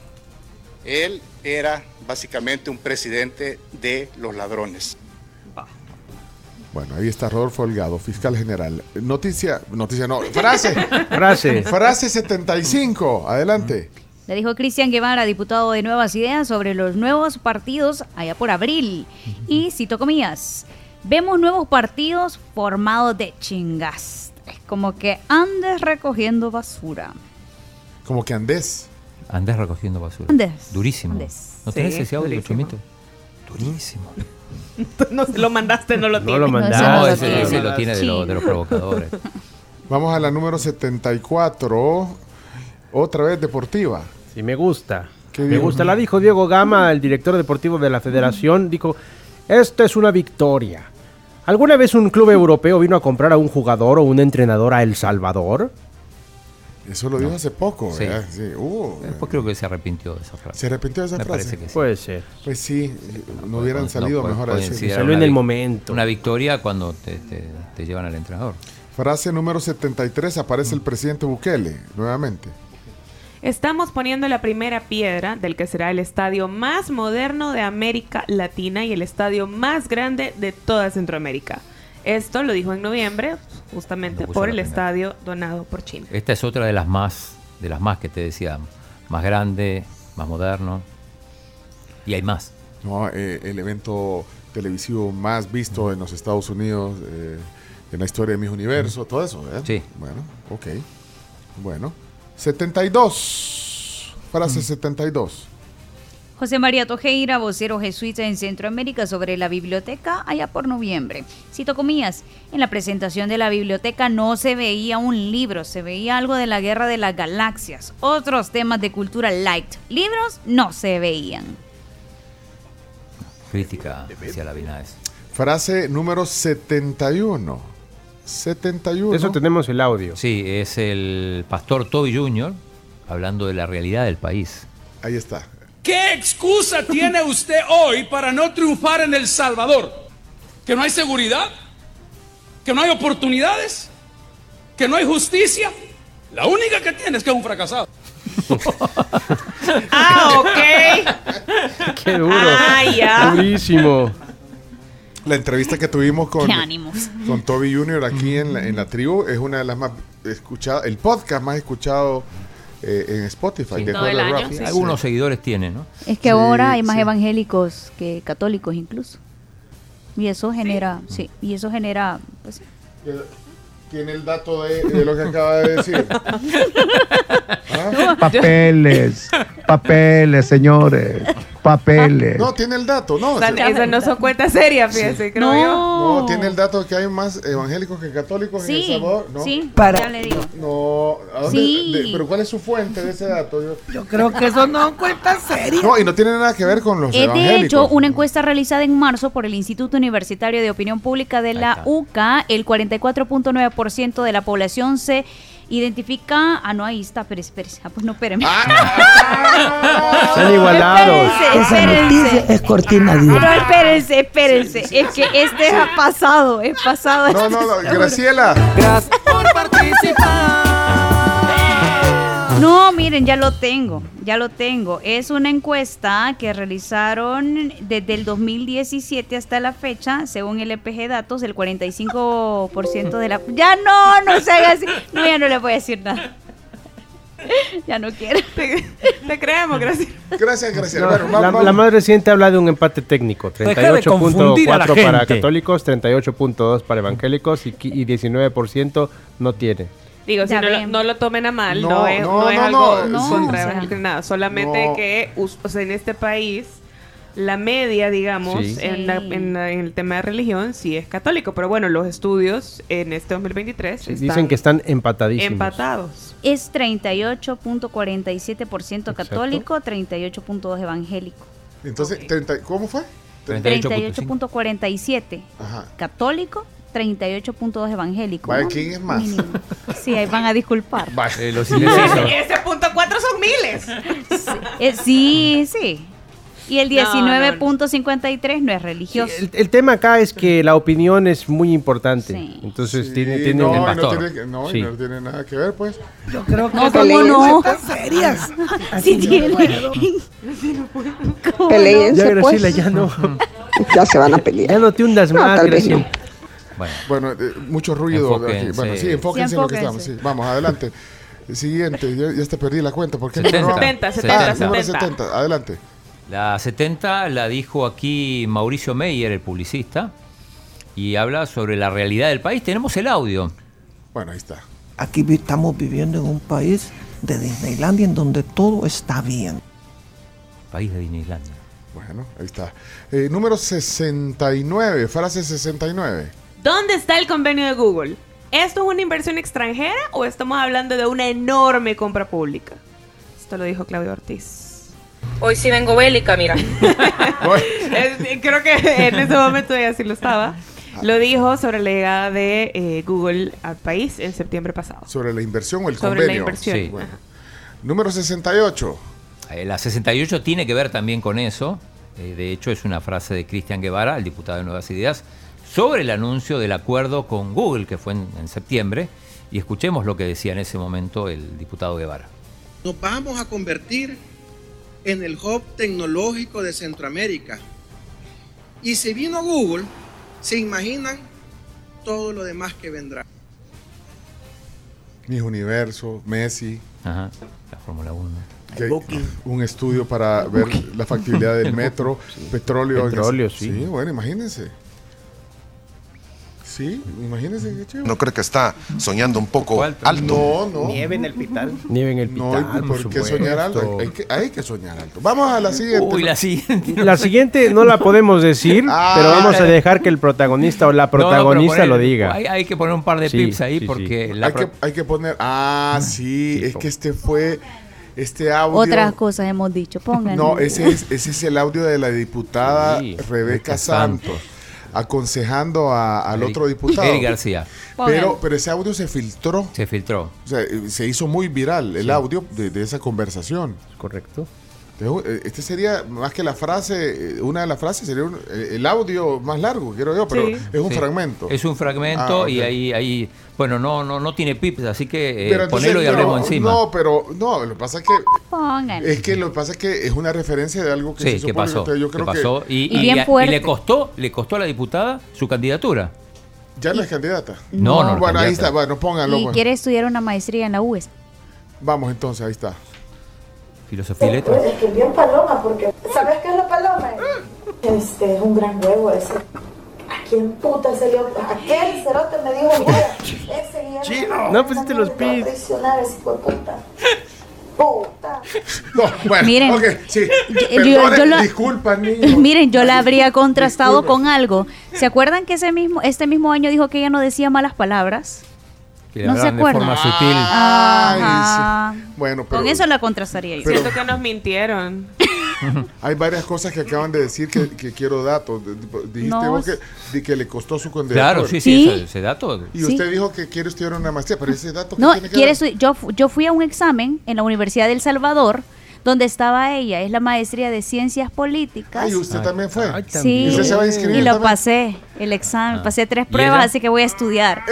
Speaker 15: él era básicamente un presidente de los ladrones.
Speaker 4: Bueno, ahí está Rodolfo Holgado, fiscal general. Noticia, noticia no, frase.
Speaker 1: Frase.
Speaker 4: Frase 75, adelante.
Speaker 7: Le dijo Cristian Guevara, diputado de Nuevas Ideas, sobre los nuevos partidos allá por abril. Y cito comillas, vemos nuevos partidos formados de chingas. Es como que andes recogiendo basura.
Speaker 4: Como que andés.
Speaker 5: Andás recogiendo basura.
Speaker 7: Andés.
Speaker 5: Durísimo.
Speaker 7: Andés.
Speaker 5: ¿No
Speaker 7: Sí,
Speaker 5: tenés ese audio,
Speaker 2: durísimo.
Speaker 5: Chomito? Durísimo.
Speaker 1: pues.
Speaker 2: No se lo mandaste, no lo tiene.
Speaker 1: lo mandaste.
Speaker 5: No,
Speaker 1: lo
Speaker 5: ese,
Speaker 1: tiene.
Speaker 5: ese lo tiene de, lo- de los provocadores.
Speaker 4: Vamos a la número 74, otra vez deportiva.
Speaker 1: Sí, me gusta.
Speaker 4: ¿Qué
Speaker 1: Me
Speaker 4: dijo?
Speaker 1: gusta. La dijo Diego Gama, el director deportivo de la federación. Dijo, esta es una victoria. ¿Alguna vez un club europeo vino a comprar a un jugador o un entrenador a El Salvador?
Speaker 4: Eso lo dijo hace poco,
Speaker 5: Sí.
Speaker 4: ¿verdad? Sí, uh,
Speaker 5: Después creo que se arrepintió de esa frase.
Speaker 4: ¿Se arrepintió de esa
Speaker 5: Me
Speaker 4: frase?
Speaker 5: parece que sí.
Speaker 1: Puede ser.
Speaker 4: Pues sí, no hubieran
Speaker 5: No
Speaker 4: salido
Speaker 5: puede-
Speaker 4: mejor a
Speaker 5: puede
Speaker 4: decir.
Speaker 5: considerar
Speaker 1: Salió en
Speaker 5: una
Speaker 1: el
Speaker 5: vic-
Speaker 1: momento.
Speaker 5: Una victoria cuando te, te- te llevan al entrenador.
Speaker 4: Frase número 73, aparece el presidente Bukele, nuevamente.
Speaker 2: Estamos poniendo la primera piedra del que será el estadio más moderno de América Latina y el estadio más grande de toda Centroamérica. Esto lo dijo en noviembre, justamente
Speaker 5: Lo puso
Speaker 2: por
Speaker 5: la
Speaker 2: el
Speaker 5: primera.
Speaker 2: estadio donado por China.
Speaker 5: Esta es otra de las más, de las más que te decíamos. Más grande, más moderno. Y hay más.
Speaker 4: No, eh, el evento televisivo más visto en los Estados Unidos, eh, en la historia de mis universos, todo eso, ¿verdad?
Speaker 5: Sí.
Speaker 4: Bueno, ok. Bueno. 72. Frase 72.
Speaker 7: José María Tojeira, vocero jesuita en Centroamérica sobre la biblioteca allá por noviembre. Cito comillas, en la presentación de la biblioteca no se veía un libro, se veía algo de la guerra de las galaxias, otros temas de cultura light. Libros no se veían.
Speaker 5: Crítica hacia la Binaes.
Speaker 4: Frase número 71. 71.
Speaker 1: Eso tenemos el audio.
Speaker 5: Sí, es el pastor Toby Jr. hablando de la realidad del país.
Speaker 4: Ahí está.
Speaker 17: ¿Qué excusa tiene usted hoy para no triunfar en El Salvador? ¿Que no hay seguridad? ¿Que no hay oportunidades? ¿Que no hay justicia? La única que tiene es que es un fracasado.
Speaker 2: Ah, ok.
Speaker 1: Qué duro.
Speaker 2: Ah, ya.
Speaker 1: Durísimo.
Speaker 4: La entrevista que tuvimos con,
Speaker 7: ¡Qué ánimos!
Speaker 4: con Toby Jr. aquí en la, en la tribu es una de las más escuchadas, el podcast más escuchado eh, en Spotify. de
Speaker 2: Todo el
Speaker 4: acuerdo a
Speaker 2: año,
Speaker 4: Rafi.
Speaker 2: sí.
Speaker 5: Algunos seguidores tienen, ¿no?
Speaker 7: Es que ahora hay más evangélicos que católicos incluso. Y eso genera, sí, y eso genera, pues sí.
Speaker 4: Tiene el dato de, de lo que acaba de decir. ¿Ah?
Speaker 18: Papeles, papeles, señores, papeles.
Speaker 12: Eh,
Speaker 4: No, tiene el dato, no.
Speaker 2: Esa-
Speaker 4: se-
Speaker 2: Esas no son cuentas serias, fíjense, creo yo.
Speaker 4: No, tiene el dato de que hay más evangélicos que católicos en El
Speaker 7: Sí,
Speaker 4: Salvador. No,
Speaker 7: sí,
Speaker 4: Para-
Speaker 7: ya le digo.
Speaker 4: no ¿a dónde-
Speaker 7: Sí.
Speaker 4: de- pero ¿cuál es su fuente de ese dato? Yo,
Speaker 12: Creo que eso no cuenta serio.
Speaker 4: No, y no tiene nada que ver con los
Speaker 7: Es Eh, de hecho
Speaker 4: evangélicos.
Speaker 7: una encuesta realizada en marzo por el Instituto Universitario de Opinión Pública de la UCA. El 44.9% de la población se identifica. Ah, no, ahí está, pero espérense. Ah, pues no, espérenme.
Speaker 1: Se han igualado.
Speaker 12: Esa noticia es cortina de
Speaker 7: No, espérense, espérense. Es que este ha pasado, es pasado.
Speaker 4: No, no, no, Graciela.
Speaker 2: Ah.
Speaker 7: No, Miren, ya lo tengo, ya lo tengo. Es una encuesta que realizaron desde el 2017 hasta la fecha, según LPG Datos, el 45% de la... Ya no, no se haga así. No, ya no le voy a decir nada. Ya no quiero.
Speaker 2: Te, te creemos, gracias.
Speaker 4: Gracias, gracias.
Speaker 1: No, la, la más reciente habla de un empate técnico.
Speaker 5: Deja de confundir a la
Speaker 1: 38.4 para
Speaker 5: gente.
Speaker 1: católicos, 38.2 para evangélicos y, qui- y 19% no tiene.
Speaker 2: Digo, si
Speaker 7: Ya
Speaker 2: no lo,
Speaker 7: ven.
Speaker 2: no lo tomen a mal, no,
Speaker 7: No,
Speaker 2: es,
Speaker 7: no,
Speaker 2: no, es
Speaker 7: no,
Speaker 2: algo
Speaker 7: no, no,
Speaker 2: contra
Speaker 7: o sea,
Speaker 2: evangélico, nada. Solamente
Speaker 7: no.
Speaker 2: que us- o sea, en este país la media, digamos,
Speaker 7: Sí.
Speaker 2: en, la-
Speaker 7: Sí.
Speaker 2: en la- en el tema de religión sí es católico. Pero bueno, los estudios en este 2023
Speaker 1: Sí,
Speaker 2: están
Speaker 1: Dicen que están empatadísimos.
Speaker 2: empatados.
Speaker 7: Es 38.47% católico, 38.2% evangélico.
Speaker 4: Entonces, 30 ¿cómo fue?
Speaker 7: 38.47 católico, 38.2 evangélico.
Speaker 4: Vaya,
Speaker 7: ¿no?
Speaker 4: ¿quién es más?
Speaker 7: Mínimo. Sí, ahí van a disculpar.
Speaker 5: Eh, los indecisos.
Speaker 2: Y ese punto cuatro son miles.
Speaker 7: Eh, sí, sí. Y el
Speaker 2: No, no, no.
Speaker 7: 19.53 no, es religioso.
Speaker 1: El, el tema acá es que la opinión es muy importante. Entonces tiene,
Speaker 4: Sí,
Speaker 1: tiene
Speaker 4: no,
Speaker 1: un
Speaker 4: y no,
Speaker 1: factor.
Speaker 4: tiene, que- no, y
Speaker 1: Sí.
Speaker 4: no tiene nada que ver, pues.
Speaker 12: Yo creo
Speaker 7: No, ¿cómo no?
Speaker 12: serias.
Speaker 7: Sí
Speaker 12: Así no
Speaker 7: tiene.
Speaker 12: puedo.
Speaker 7: ¿Cómo
Speaker 12: Peleen.
Speaker 1: Ya,
Speaker 12: Ese,
Speaker 1: Graciela,
Speaker 12: pues.
Speaker 1: ya no.
Speaker 19: Ya se van a pelear.
Speaker 1: Ya no te hundas
Speaker 19: No,
Speaker 1: más,
Speaker 19: tal vez
Speaker 1: Graciela.
Speaker 4: Bueno, eh, mucho ruido.
Speaker 5: Enfóquense.
Speaker 4: aquí. Bueno, sí, enfóquense
Speaker 2: Sí,
Speaker 4: en lo que estamos. sí.
Speaker 2: enfóquense.
Speaker 4: vamos, adelante. Siguiente, ya, ya te perdí la cuenta. porque
Speaker 2: 70, 70, 70.
Speaker 4: Ah, adelante.
Speaker 5: La 70 la dijo aquí Mauricio Meyer, el publicista, y habla sobre la realidad del país. Tenemos el audio.
Speaker 4: Bueno, ahí está.
Speaker 19: Aquí vi- estamos viviendo en un país de Disneylandia en donde todo está bien.
Speaker 5: País de Disneylandia.
Speaker 4: Bueno, ahí está. Eh, número 69, frase 69.
Speaker 2: ¿Dónde está el convenio de Google? ¿Esto es una inversión extranjera o estamos hablando de una enorme compra pública? Esto lo dijo Claudio Ortiz.
Speaker 20: Hoy sí vengo bélica, mira.
Speaker 2: Es- creo que en ese momento ya sí lo estaba. Lo dijo sobre la llegada de eh, Google al país en septiembre pasado.
Speaker 4: Sobre la inversión o el
Speaker 2: Sobre la
Speaker 4: convenio.
Speaker 2: inversión. Sí.
Speaker 4: Bueno. Número 68.
Speaker 5: Eh, La 68 tiene que ver también con eso. Eh, de hecho, es una frase de Cristian Guevara, el diputado de Nuevas Ideas, sobre el anuncio del acuerdo con Google, que fue en, en septiembre. Y escuchemos lo que decía en ese momento el diputado Guevara.
Speaker 21: Nos vamos a convertir en el hub tecnológico de Centroamérica. Y si vino Google, se imaginan todo lo demás que vendrá.
Speaker 4: Mis Universo, Messi.
Speaker 5: Ajá, la Fórmula 1.
Speaker 4: Que- un estudio para ver la factibilidad del metro, petróleo. en-
Speaker 1: Petróleo, sí.
Speaker 4: bueno, imagínense. Sí, imagínense qué chido.
Speaker 22: ¿No cree que está soñando un poco alto?
Speaker 4: No, no. Nieve en el pital.
Speaker 1: Nieve en el
Speaker 4: No,
Speaker 1: pital,
Speaker 4: ¿y
Speaker 1: por
Speaker 4: ¿por qué
Speaker 1: supuesto.
Speaker 4: soñar alto? Hay que, hay que soñar alto. Vamos a la siguiente.
Speaker 5: Uy, la siguiente.
Speaker 1: La siguiente no la podemos decir,
Speaker 4: Ah.
Speaker 1: pero vamos a dejar que el protagonista o la protagonista lo diga.
Speaker 5: Hay, hay que poner un par de
Speaker 1: Sí,
Speaker 5: pips ahí
Speaker 1: sí, sí.
Speaker 5: porque la
Speaker 4: Hay
Speaker 5: pro-
Speaker 4: que, hay que poner. Ah, sí, es que este fue. Este audio.
Speaker 7: Otras cosas hemos dicho, pongan.
Speaker 4: No, ese es, ese es el audio de la diputada
Speaker 5: Sí,
Speaker 4: Rebeca
Speaker 5: Rebeca
Speaker 4: Santos,
Speaker 5: Santos.
Speaker 4: aconsejando a- al
Speaker 5: Eric-
Speaker 4: otro diputado.
Speaker 5: Eric García.
Speaker 4: Pero, pero ese audio se filtró.
Speaker 5: se filtró.
Speaker 4: O sea, eh, se hizo muy viral el
Speaker 5: Sí.
Speaker 4: audio de, de esa conversación.
Speaker 1: Correcto.
Speaker 4: Este sería, más que la frase, eh, una de las frases sería un- eh, el audio más largo, quiero yo, pero
Speaker 5: Sí.
Speaker 4: es un
Speaker 5: Sí.
Speaker 4: fragmento.
Speaker 5: Es un fragmento
Speaker 4: Ah,
Speaker 5: y
Speaker 4: ok.
Speaker 5: ahí, ahí, bueno, no, no, no tiene pips, así que eh,
Speaker 4: Pero entonces,
Speaker 5: ponelo y
Speaker 4: no,
Speaker 5: hablemos encima.
Speaker 4: No, pero no, lo que pasa es que
Speaker 7: Pongan.
Speaker 4: es que lo que pasa es que es una referencia de algo que
Speaker 5: sí,
Speaker 4: se
Speaker 5: ¿qué
Speaker 4: supone
Speaker 5: pasó?
Speaker 4: entonces yo
Speaker 5: ¿Qué
Speaker 4: creo que-
Speaker 5: pasó? Y,
Speaker 7: Y
Speaker 5: y-
Speaker 7: bien
Speaker 5: y- y
Speaker 7: fuerte.
Speaker 5: le costó, le costó a la diputada su candidatura.
Speaker 4: ya no es candidata.
Speaker 5: No, no, no,
Speaker 4: Bueno, ahí
Speaker 5: candidata.
Speaker 4: está, bueno, pónganlo.
Speaker 7: y
Speaker 4: pues.
Speaker 7: quiere estudiar una maestría en la E UES.
Speaker 4: Vamos entonces, ahí está.
Speaker 5: Filosofía y letras.
Speaker 23: Pues escribió en paloma, porque ¿sabes qué es la paloma? Este es un gran huevo ese. ¿A quién puta se le ocurrió? Aquel cerote me dijo, "Mira, ese ya
Speaker 1: Chino. No
Speaker 4: pues,
Speaker 1: pusiste los
Speaker 23: Te va a
Speaker 1: pis.
Speaker 23: traicionar ese hijo de puta. Puta.
Speaker 4: No, bueno,
Speaker 7: Miren.
Speaker 4: ok,
Speaker 3: eh,
Speaker 4: sí.
Speaker 7: Eh, yo-
Speaker 4: Perdonen,
Speaker 7: yo lo-
Speaker 4: Disculpa, niño.
Speaker 7: Miren, yo la habría contrastado con algo. ¿Se acuerdan que ese mismo, este mismo año dijo que ella no decía malas palabras?
Speaker 5: Que le
Speaker 7: No se
Speaker 5: hablaban de
Speaker 7: acuerda.
Speaker 5: forma sutil.
Speaker 4: Ay,
Speaker 7: Ajá.
Speaker 4: sí. Bueno, pero
Speaker 7: Con eso la contrastaría yo.
Speaker 4: Pero-
Speaker 2: Siento que nos mintieron.
Speaker 4: hay varias cosas que acaban de decir que, que quiero datos. De- de- Dijiste
Speaker 2: No.
Speaker 4: vos que, de que le costó su candidatura.
Speaker 5: Claro, sí, sí, ese, ese dato.
Speaker 4: Y usted dijo que quiere estudiar una maestría, pero ese dato ¿qué
Speaker 7: No,
Speaker 4: tiene que
Speaker 7: quiere
Speaker 4: ver?
Speaker 7: estu- yo, fu- yo fui a un examen en la Universidad del Salvador, donde estaba ella, es la maestría de ciencias políticas.
Speaker 4: Ay, usted también fue.
Speaker 7: Sí,
Speaker 4: ¿Y usted se va a inscribir
Speaker 7: y lo
Speaker 4: también?
Speaker 7: pasé, el examen, pasé tres
Speaker 5: ¿Y
Speaker 7: pruebas,
Speaker 5: ella?
Speaker 7: así que voy a estudiar.
Speaker 4: Y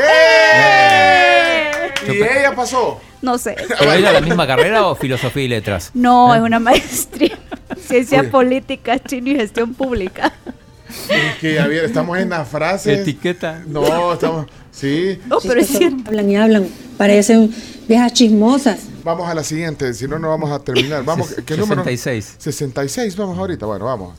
Speaker 4: ¡Eh! ella pasó.
Speaker 7: ¡Eh! No sé.
Speaker 5: ¿Pero era la misma carrera o filosofía y letras?
Speaker 7: No, es una maestría. Ciencia
Speaker 4: Uy.
Speaker 7: política, chino y gestión pública.
Speaker 4: Es que Javier, estamos en las frases.
Speaker 5: Etiqueta.
Speaker 4: No, estamos. Sí.
Speaker 7: es
Speaker 3: Hablan y hablan, parecen viejas chismosas.
Speaker 4: Vamos a la siguiente, si no, no vamos a terminar. Vamos, ¿qué número?
Speaker 5: 66.
Speaker 4: 66, vamos ahorita. Bueno, vamos.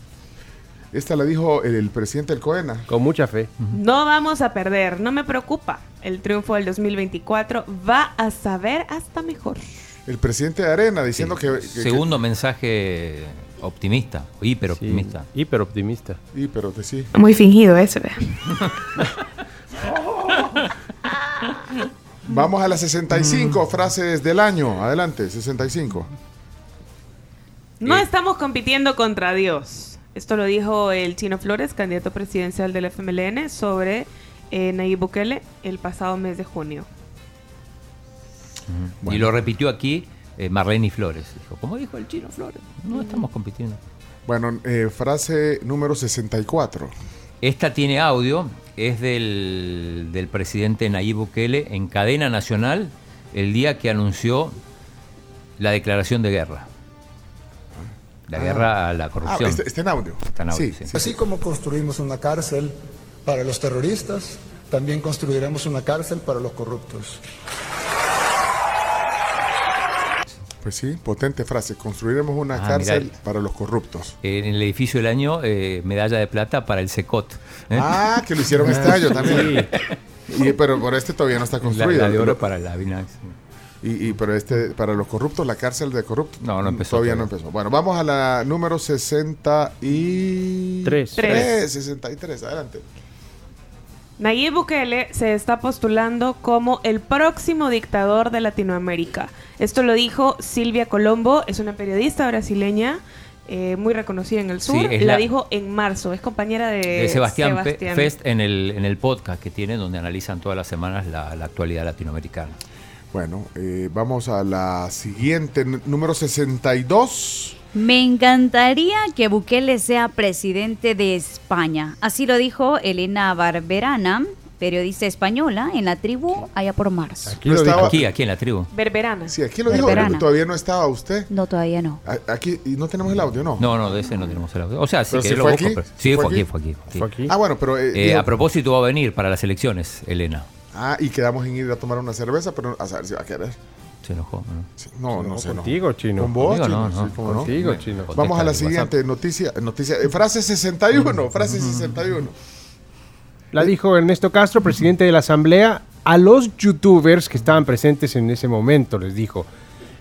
Speaker 4: Esta la dijo el, el presidente del COENA.
Speaker 1: Con mucha fe.
Speaker 2: No vamos a perder, no me preocupa. El triunfo del 2024 va a saber hasta mejor.
Speaker 4: El presidente de Arena diciendo que, que- que-
Speaker 5: Segundo mensaje optimista, hiperoptimista.
Speaker 1: hiperoptimista.
Speaker 4: Sí, pero que sí.
Speaker 2: Muy fingido eso,
Speaker 4: Vamos a las 65
Speaker 5: Mm.
Speaker 4: frases del año. Adelante, 65.
Speaker 2: No estamos compitiendo contra Dios. Esto lo dijo el Chino Flores, candidato presidencial del FMLN, sobre eh, Nayib Bukele el pasado mes de junio.
Speaker 5: Y lo repitió aquí eh, Marlene Flores. Dijo, ¿cómo dijo el chino Flores? No estamos compitiendo.
Speaker 4: Bueno, eh, frase número 64.
Speaker 5: Esta tiene audio, es del, del presidente Nayib Bukele en cadena nacional el día que anunció la declaración de guerra. La
Speaker 6: Ah.
Speaker 5: guerra a la corrupción.
Speaker 6: Ah,
Speaker 4: este,
Speaker 6: está- está en audio.
Speaker 5: Está en audio,
Speaker 6: Sí,
Speaker 5: sí.
Speaker 6: sí. Así como construimos una cárcel para los terroristas, también construiremos una cárcel para los corruptos.
Speaker 4: Pues sí, potente frase. Construiremos una
Speaker 5: Ah,
Speaker 4: cárcel
Speaker 5: mirá.
Speaker 4: para los corruptos.
Speaker 5: En el edificio del año, eh, medalla de plata para el SECOT. ¿eh?
Speaker 4: Ah, que lo hicieron este
Speaker 5: Ah,
Speaker 4: año
Speaker 5: sí.
Speaker 4: también. Y, pero por este todavía no está
Speaker 5: La,
Speaker 4: construido.
Speaker 5: la de oro para la Binax.
Speaker 4: Y, y pero este para los corruptos, la cárcel de corruptos.
Speaker 5: No, no empezó
Speaker 4: Todavía, no
Speaker 5: todavía.
Speaker 4: empezó. Bueno, vamos a la número 63.
Speaker 1: Tres.
Speaker 2: Tres.
Speaker 4: 63, adelante.
Speaker 2: Nayib Bukele se está postulando como el próximo dictador de Latinoamérica. Esto lo dijo Silvia Colombo, es una periodista brasileña eh, muy reconocida en el
Speaker 5: Sí,
Speaker 2: sur.
Speaker 5: es
Speaker 2: la,
Speaker 5: la-
Speaker 2: dijo en marzo, es compañera de,
Speaker 5: De Sebastián, Pe-
Speaker 2: Sebastián.
Speaker 5: Fest en el, en el podcast que tiene, donde analizan todas las semanas la, la actualidad latinoamericana.
Speaker 4: Bueno, eh, vamos a la siguiente, n- número 62.
Speaker 7: Me encantaría que Bukele sea presidente de España. Así lo dijo Elena Barberana, periodista española, en la tribu allá por marzo.
Speaker 5: Aquí,
Speaker 4: lo dijo.
Speaker 5: aquí, aquí en la tribu.
Speaker 2: Berberana.
Speaker 4: Sí, aquí lo dijo,
Speaker 7: Berberana.
Speaker 4: pero todavía no estaba usted.
Speaker 7: No, todavía no.
Speaker 4: A- Aquí y no tenemos el audio, ¿no?
Speaker 5: No, no, de ese no tenemos el audio. O sea, sí
Speaker 4: Pero
Speaker 5: que
Speaker 4: si
Speaker 5: lo
Speaker 4: fue
Speaker 5: busco,
Speaker 4: aquí,
Speaker 5: pero-
Speaker 4: si
Speaker 5: Sí,
Speaker 4: fue
Speaker 5: fue aquí,
Speaker 4: aquí.
Speaker 5: fue aquí. sí.
Speaker 4: Ah, bueno, pero eh,
Speaker 5: Eh,
Speaker 4: digo-
Speaker 5: a propósito, va a venir para las elecciones, Elena.
Speaker 4: Ah, y quedamos en ir a tomar una cerveza, pero a saber si va a querer.
Speaker 5: Se enojó. ¿no?
Speaker 4: No, no,
Speaker 1: No,
Speaker 4: sé. no.
Speaker 1: contigo, Chino.
Speaker 4: Con vos,
Speaker 1: Conmigo
Speaker 4: Chino.
Speaker 1: no, no.
Speaker 4: sí, cómo no.
Speaker 1: Contigo,
Speaker 4: Bueno,
Speaker 1: Chino.
Speaker 4: Vamos a la
Speaker 1: Contesta el
Speaker 4: siguiente noticia. noticia eh, frase 61. Frase 61.
Speaker 1: La dijo Ernesto Castro, presidente de la Asamblea, a los youtubers que estaban presentes en ese momento. Les dijo,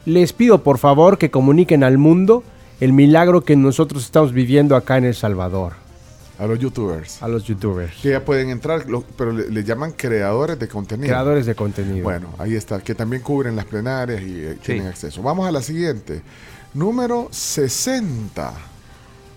Speaker 1: les pido por favor que comuniquen al mundo el milagro que nosotros estamos viviendo acá en El Salvador.
Speaker 4: A los youtubers.
Speaker 1: A los youtubers.
Speaker 4: Que ya pueden entrar, lo- pero le, le llaman creadores de contenido.
Speaker 1: Creadores de contenido.
Speaker 4: Bueno, ahí está. Que también cubren las plenarias y eh, tienen acceso. Vamos a la siguiente. Número 60.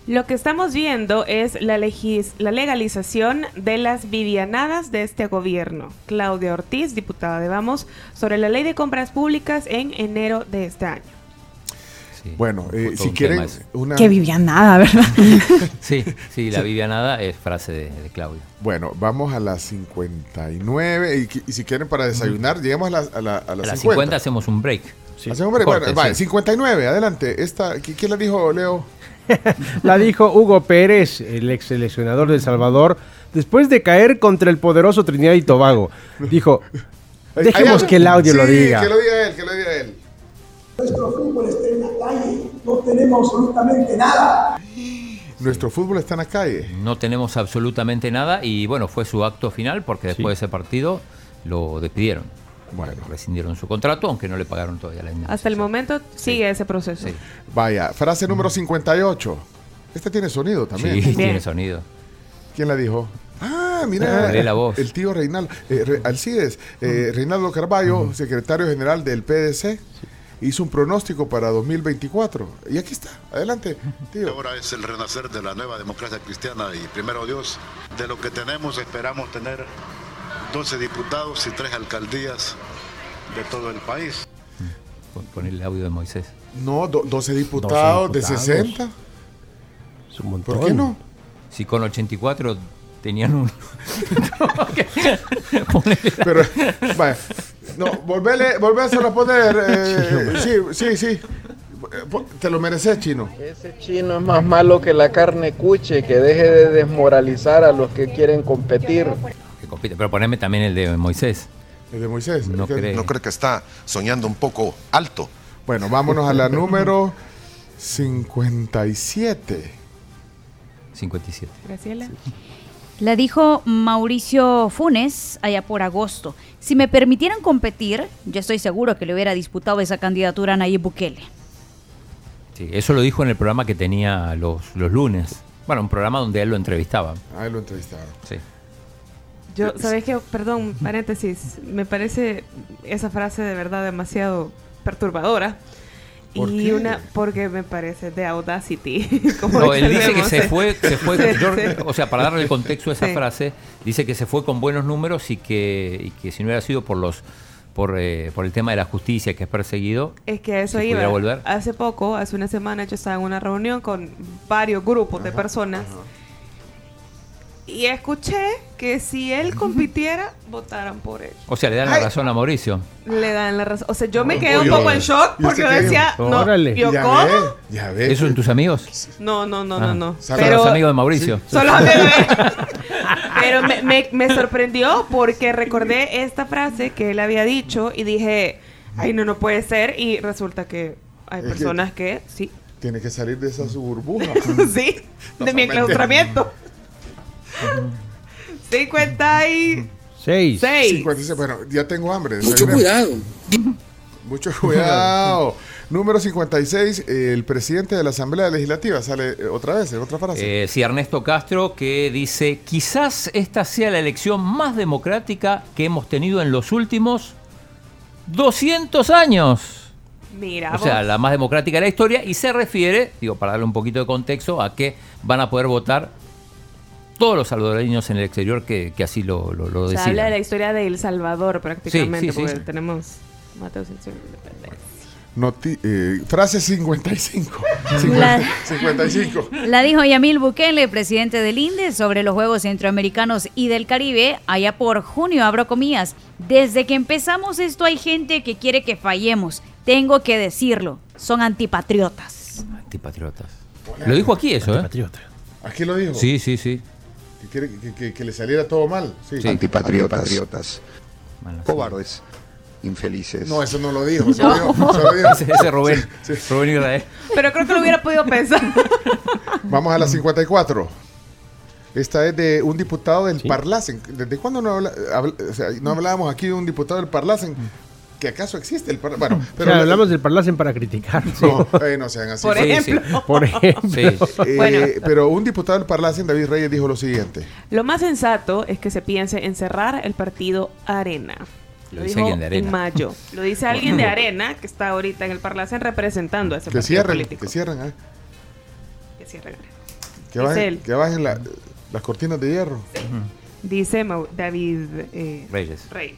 Speaker 2: Lo que estamos viendo es la, legis- la legalización de las vivianadas de este gobierno. Claudia Ortiz, diputada de Vamos, sobre la ley de compras públicas en enero de este año.
Speaker 4: bueno, eh,
Speaker 5: todo
Speaker 4: si
Speaker 5: un
Speaker 4: quieren
Speaker 5: tema ese.
Speaker 4: una...
Speaker 3: Que vivían nada, ¿verdad?
Speaker 5: Sí, sí, la Vivianada es frase de, de Claudio.
Speaker 4: Bueno, vamos a las 59. Y, qui- y si quieren para desayunar, llegamos a las a la, a
Speaker 5: A
Speaker 4: las
Speaker 5: las
Speaker 4: 50.
Speaker 5: 50 hacemos un break.
Speaker 4: Hacemos un break.
Speaker 5: Corte,
Speaker 4: Bueno, vale,
Speaker 5: sí.
Speaker 4: 59, adelante. Esta, ¿qui- ¿Quién la dijo, Leo?
Speaker 1: La dijo Hugo Pérez, el ex seleccionador de El Salvador, después de caer contra el poderoso Trinidad y Tobago. Dijo,
Speaker 4: Ay,
Speaker 1: dejemos
Speaker 4: ay,
Speaker 1: que el audio
Speaker 4: sí,
Speaker 1: lo diga.
Speaker 4: Que lo diga él, que lo diga él.
Speaker 13: Nuestro fútbol está en la calle, no tenemos absolutamente nada.
Speaker 4: Nuestro fútbol está en la calle.
Speaker 5: No tenemos absolutamente nada y bueno, fue su acto final porque después de ese partido lo despidieron.
Speaker 4: Bueno.
Speaker 5: Rescindieron su contrato, aunque no le pagaron todavía la indemnización.
Speaker 2: Hasta el momento sigue ese proceso.
Speaker 4: Vaya, Ah, frase número 58. Esta Este tiene sonido también.
Speaker 5: Sí, tiene sonido.
Speaker 4: ¿Quién la dijo? Ah, mira.
Speaker 5: Lee la voz.
Speaker 4: El tío Reinaldo. eh, Re- Alcides. eh, Reinaldo Carballo, secretario general del PDC, hizo un pronóstico para 2024. Y aquí está. Adelante, tío.
Speaker 8: Ahora es el renacer de la nueva democracia cristiana y primero Dios, de lo que tenemos esperamos tener 12 diputados y 3 alcaldías de todo el país.
Speaker 5: Pon- Pon el audio de Moisés.
Speaker 4: No, do- 12 diputados, de
Speaker 5: diputados.
Speaker 4: 60. ¿Por qué no?
Speaker 5: Si con 84 tenían un...
Speaker 4: Pero, vaya, No, volvele, volvéselo a poner. eh, sí, sí, sí. Eh, po- Te lo mereces, chino.
Speaker 10: Ese chino es más malo que la carne cuche, que deje de desmoralizar a los que quieren competir.
Speaker 5: Que compite. Pero poneme también el de Moisés.
Speaker 4: ¿El de Moisés?
Speaker 5: No creo.
Speaker 22: No creo que está soñando un poco alto.
Speaker 4: Bueno, vámonos a la número 57.
Speaker 5: 57.
Speaker 2: Graciela.
Speaker 7: La dijo Mauricio Funes allá por agosto. Si me permitieran competir, yo estoy seguro que le hubiera disputado esa candidatura a Nayib Bukele.
Speaker 5: Sí, eso lo dijo en el programa que tenía los, los lunes. Bueno, un programa donde él lo entrevistaba.
Speaker 4: Ah, él lo entrevistaba.
Speaker 5: Sí.
Speaker 2: Yo, ¿sabes qué? Perdón, paréntesis. Me parece esa frase de verdad demasiado perturbadora.
Speaker 5: ¿Por
Speaker 2: y
Speaker 5: qué?
Speaker 2: una porque me parece de Audacity. como
Speaker 5: No, él dice que
Speaker 2: sabemos,
Speaker 5: se
Speaker 2: eh.
Speaker 5: fue, se fue
Speaker 2: Sí,
Speaker 5: yo-
Speaker 2: sí.
Speaker 5: o sea, para darle el contexto a esa
Speaker 2: Sí.
Speaker 5: frase, dice que se fue con buenos números y que, y que si no hubiera sido por los por, eh, por el tema de la justicia que es perseguido,
Speaker 2: Es que a eso
Speaker 5: Si
Speaker 2: iba.
Speaker 5: pudiera volver.
Speaker 2: Hace poco, hace una semana, yo estaba en una reunión con varios grupos de personas y escuché que si él compitiera, votaran por él.
Speaker 5: o sea, le dan la razón a Mauricio.
Speaker 2: Le dan la razón. O sea, yo me
Speaker 4: Ah,
Speaker 5: Oh,
Speaker 2: quedé un
Speaker 5: yo-
Speaker 2: poco en shock
Speaker 5: ¿Y
Speaker 2: porque
Speaker 5: usted
Speaker 2: yo
Speaker 5: qué
Speaker 2: decía,
Speaker 5: dijo?
Speaker 2: no,
Speaker 5: "Oh, Órale.
Speaker 2: yo
Speaker 5: Ya
Speaker 2: cómo.
Speaker 5: ve. ¿Eso en tus amigos?
Speaker 2: No, no, no,
Speaker 5: Ah.
Speaker 2: no, no.
Speaker 5: Son los amigos de Mauricio.
Speaker 2: Sí, Son los amigos de- Pero me, me- me sorprendió porque recordé esta frase que él había dicho y dije, ay, no, no puede ser. Y resulta que hay
Speaker 4: Es que-
Speaker 2: personas que sí,
Speaker 4: Tiene que salir de esa su burbuja.
Speaker 2: sí, de mi enclaustramiento. 56.
Speaker 1: Seis.
Speaker 4: 56. Bueno, ya tengo hambre.
Speaker 1: Mucho
Speaker 4: desayuné.
Speaker 1: cuidado.
Speaker 4: Mucho cuidado. Número 56, el presidente de la Asamblea Legislativa sale eh, otra vez, en otra frase.
Speaker 5: Eh, sí, Ernesto Castro que dice, quizás esta sea la elección más democrática que hemos tenido en los últimos 200 años.
Speaker 2: Mira,
Speaker 5: O sea,
Speaker 2: vos.
Speaker 5: la más democrática de la historia y se refiere, digo, para darle un poquito de contexto, a que van a poder votar todos los salvadoreños en el exterior que, que así lo, lo, lo
Speaker 2: O sea,
Speaker 5: decidan.
Speaker 2: habla de la historia de El Salvador prácticamente,
Speaker 5: Sí, sí, sí.
Speaker 2: porque tenemos Mateo Censur.
Speaker 4: Noti- eh, frase 55.
Speaker 7: La-
Speaker 4: 55.
Speaker 7: La dijo Yamil Bukele, presidente del INDE, sobre los Juegos Centroamericanos y del Caribe, allá por junio, abro comillas. Desde que empezamos esto hay gente que quiere que fallemos. Tengo que decirlo, son antipatriotas.
Speaker 5: Antipatriotas. Lo dijo aquí eso, ¿eh?
Speaker 4: Aquí lo dijo.
Speaker 5: Sí, sí, sí.
Speaker 4: Que, quiere que- que- que le saliera todo mal. Sí.
Speaker 11: Antipatriotas. Cobardes. Infelices.
Speaker 4: No, eso no lo dijo. Eso lo dijo,
Speaker 5: No.
Speaker 4: eso lo dijo.
Speaker 5: Ese- ese Rubén. Rubén Israel.
Speaker 2: Pero creo que lo hubiera podido pensar.
Speaker 4: Vamos a
Speaker 1: Mm.
Speaker 4: la 54. Esta es de un diputado del Parlacen. ¿Desde cuándo no, habla- habla- o sea,
Speaker 1: Mm.
Speaker 4: no hablábamos aquí de un diputado del Parlacen? ¿Que acaso existe el Parlacen? Bueno,
Speaker 1: Mm. O sea, hablamos del Parlacen para criticar.
Speaker 4: No, eh, no sean así.
Speaker 1: Por Sí, ejemplo. sí. Por ejemplo. Sí.
Speaker 4: Eh,
Speaker 1: Bueno.
Speaker 4: Pero un diputado del Parlacen, David Reyes, dijo lo siguiente.
Speaker 2: Lo más sensato es que se piense en cerrar el partido Arena.
Speaker 4: Lo dice alguien de Arena.
Speaker 2: En mayo. Lo dice alguien de Arena que está ahorita en el Parlacen representando a ese
Speaker 4: Que
Speaker 2: partido
Speaker 4: cierren,
Speaker 2: político.
Speaker 4: que cierren, ¿eh?
Speaker 2: Que cierren.
Speaker 4: que
Speaker 2: Es
Speaker 4: bajen,
Speaker 2: él.
Speaker 4: que bajen la- las cortinas de hierro.
Speaker 2: Dice Mau- David eh,
Speaker 4: Reyes.
Speaker 2: Reyes.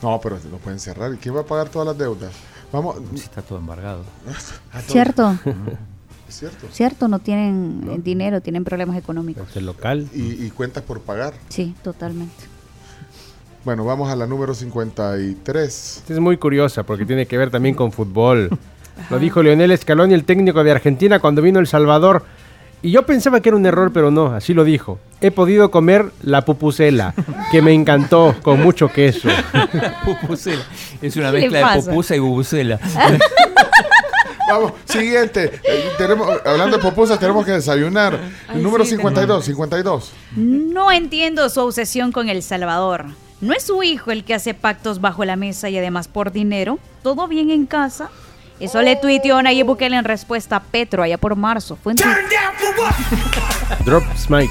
Speaker 4: No, pero no pueden cerrar. ¿Y quién va a pagar todas las deudas? Vamos.
Speaker 1: Pues
Speaker 4: Ah,
Speaker 5: está todo embargado.
Speaker 7: Cierto.
Speaker 4: Es cierto.
Speaker 7: Cierto, no tienen eh, dinero, tienen problemas económicos.
Speaker 1: Pues, El local.
Speaker 4: Y, y cuentas por pagar.
Speaker 7: Sí, totalmente.
Speaker 4: Bueno, vamos a la número 53.
Speaker 1: Esta es muy curiosa porque tiene que ver también con fútbol. Lo dijo Leonel Scaloni, el técnico de Argentina, cuando vino a El Salvador. Y yo pensaba que era un error, pero no, así lo dijo. He podido comer la pupusela, que me encantó, con mucho queso.
Speaker 5: Pupusela. Es una
Speaker 1: ¿Qué le
Speaker 5: mezcla de
Speaker 1: pasa?
Speaker 5: pupusa y bubucela.
Speaker 4: Vamos, siguiente. Eh, tenemos, hablando de pupusas, tenemos que desayunar.
Speaker 7: Ay,
Speaker 4: número
Speaker 7: sí,
Speaker 4: 52, 52.
Speaker 7: No entiendo su obsesión con El Salvador. ¿No es su hijo el que hace pactos bajo la mesa y además por dinero? ¿Todo bien en casa? Eso le tuiteó Nayib Bukele en respuesta a Petro allá por marzo. Fue un tuit-
Speaker 1: Drop Smike.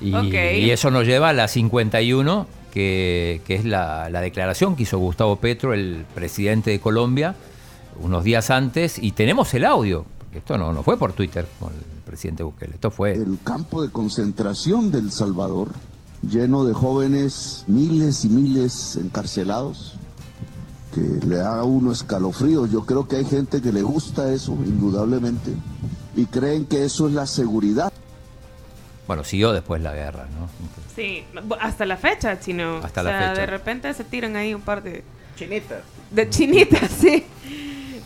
Speaker 5: Y,
Speaker 7: Ok.
Speaker 5: y eso nos lleva a la 51, que, que es la, la declaración que hizo Gustavo Petro, el presidente de Colombia, unos días antes, y tenemos el audio. porque Esto no, no fue por Twitter con el presidente Bukele, esto fue...
Speaker 14: El campo de concentración del Salvador, lleno de jóvenes, miles y miles encarcelados, que le da a uno escalofrío. Yo creo que hay gente que le gusta eso, indudablemente, y creen que eso es la seguridad.
Speaker 5: Bueno, siguió después la guerra, ¿no?
Speaker 2: Sí, hasta la fecha, chino.
Speaker 5: Hasta
Speaker 2: o
Speaker 5: la
Speaker 2: sea,
Speaker 5: fecha.
Speaker 2: de repente se tiran ahí un par de...
Speaker 9: Chinitas.
Speaker 2: De chinitas, sí.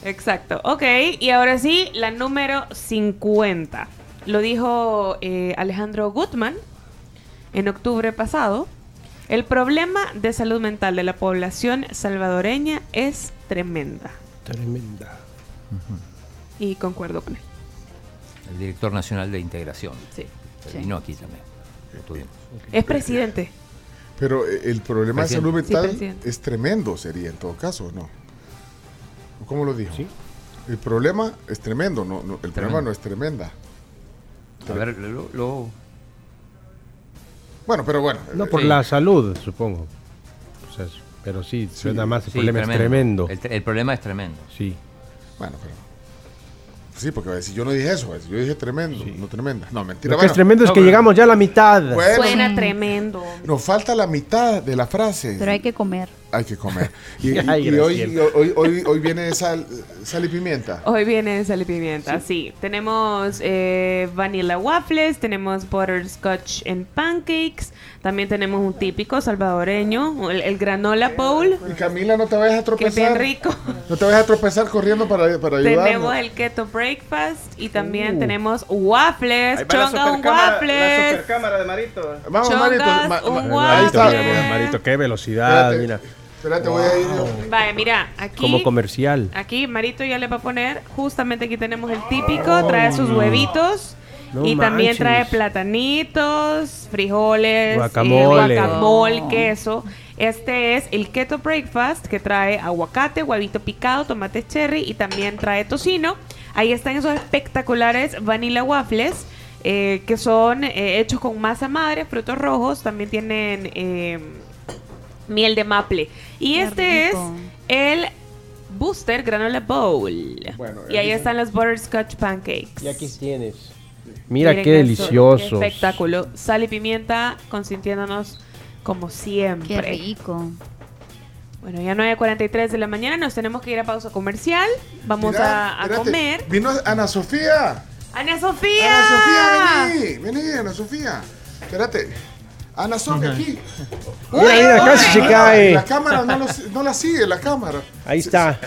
Speaker 2: Exacto. Ok, y ahora sí, la número 50. Lo dijo eh, Alejandro Gutman en octubre pasado. El problema de salud mental de la población salvadoreña es tremenda.
Speaker 1: Tremenda.
Speaker 2: Y concuerdo con él.
Speaker 5: El director nacional de integración.
Speaker 2: Sí.
Speaker 5: Pero
Speaker 2: Sí.
Speaker 5: Vino aquí también. Lo tuvimos.
Speaker 2: Es presidente.
Speaker 4: Pero eh, el problema de
Speaker 5: Presidente.
Speaker 4: salud
Speaker 2: Sí,
Speaker 4: mental
Speaker 2: presidente.
Speaker 4: es tremendo, sería en todo caso, ¿no? ¿Cómo lo dijo? El problema es tremendo, no, no, el problema no es tremenda.
Speaker 5: A ver, lo, lo-
Speaker 4: Bueno, pero bueno.
Speaker 1: No por
Speaker 4: eh,
Speaker 1: la salud, supongo. O sea, pero sí, suena más. El
Speaker 5: sí,
Speaker 1: problema es tremendo.
Speaker 5: El, tre- el problema es tremendo.
Speaker 1: Sí.
Speaker 4: Bueno, pero. Sí, porque va a decir, yo no dije eso, va a decir, yo dije tremendo, no tremenda. No, mentira.
Speaker 1: Lo que es
Speaker 4: bueno.
Speaker 1: tremendo es
Speaker 4: No,
Speaker 1: que
Speaker 4: pero-
Speaker 1: llegamos ya a la mitad.
Speaker 4: Bueno,
Speaker 2: Suena tremendo.
Speaker 4: Nos falta la mitad de la frase.
Speaker 7: Pero hay que comer.
Speaker 4: Hay que comer. Y, y-
Speaker 1: Ay,
Speaker 4: y hoy,
Speaker 1: Graciela.
Speaker 4: y hoy, hoy, hoy viene sal, sal y pimienta.
Speaker 7: Oh.
Speaker 2: Hoy viene sal y pimienta, sí. Tenemos eh, vanilla waffles, tenemos butterscotch en pancakes, también tenemos un típico salvadoreño, el, el granola bowl.
Speaker 4: Y Camila, no te vayas a
Speaker 2: Que
Speaker 4: tropezar.
Speaker 2: es bien rico.
Speaker 4: No te vayas a tropezar corriendo para, para
Speaker 2: Tenemos
Speaker 4: ayudarnos.
Speaker 2: el keto breakfast y también
Speaker 4: Uh.
Speaker 2: tenemos waffles,
Speaker 9: Ahí va la
Speaker 2: chonga un
Speaker 9: supercámara, la
Speaker 2: waffles.
Speaker 9: supercámara de Marito.
Speaker 4: Vamos, Marito.
Speaker 2: Chongas,
Speaker 4: Ma-
Speaker 2: un
Speaker 4: ma-
Speaker 1: Marito,
Speaker 4: Ahí
Speaker 1: mira,
Speaker 4: está.
Speaker 1: mira, Marito, qué velocidad,
Speaker 4: Espérate.
Speaker 1: mira.
Speaker 4: Espérate, voy a ir.
Speaker 2: Vaya, mira, aquí
Speaker 1: Como comercial.
Speaker 2: Aquí Marito ya le va a poner, justamente aquí tenemos el típico, trae sus huevitos
Speaker 1: Oh, No
Speaker 2: y también
Speaker 1: manches.
Speaker 2: trae platanitos, frijoles, eh,
Speaker 1: Guacamole.
Speaker 2: guacamole,
Speaker 7: Oh.
Speaker 1: No.
Speaker 2: queso. Este es el keto breakfast que trae aguacate, huevito picado, tomate cherry y también trae tocino. Ahí están esos espectaculares vanilla waffles eh, que son eh, hechos con masa madre, frutos rojos, también tienen eh, miel de maple. Y
Speaker 7: Qué
Speaker 2: este
Speaker 7: rico.
Speaker 2: es el Booster Granola Bowl. y ahí
Speaker 9: aquí-
Speaker 2: están los butterscotch pancakes.
Speaker 9: Y aquí tienes.
Speaker 1: Mira
Speaker 2: Miren
Speaker 1: qué
Speaker 2: eso,
Speaker 1: delicioso.
Speaker 2: qué espectáculo. Sal y pimienta consintiéndonos como siempre.
Speaker 7: Qué rico.
Speaker 2: Bueno, ya 9.43 de la mañana, nos tenemos que ir a pausa comercial. Vamos
Speaker 4: Mira,
Speaker 2: a, a
Speaker 4: espérate,
Speaker 2: comer.
Speaker 4: Vino Ana Sofía.
Speaker 2: ¡Ana Sofía!
Speaker 4: Ana Sofía, vení. Vení, Ana Sofía. Espérate. Ana Sofía, aquí.
Speaker 1: Mira, mira, casi se cae.
Speaker 4: La cámara no, los- no la sigue, la cámara.
Speaker 1: Ahí está.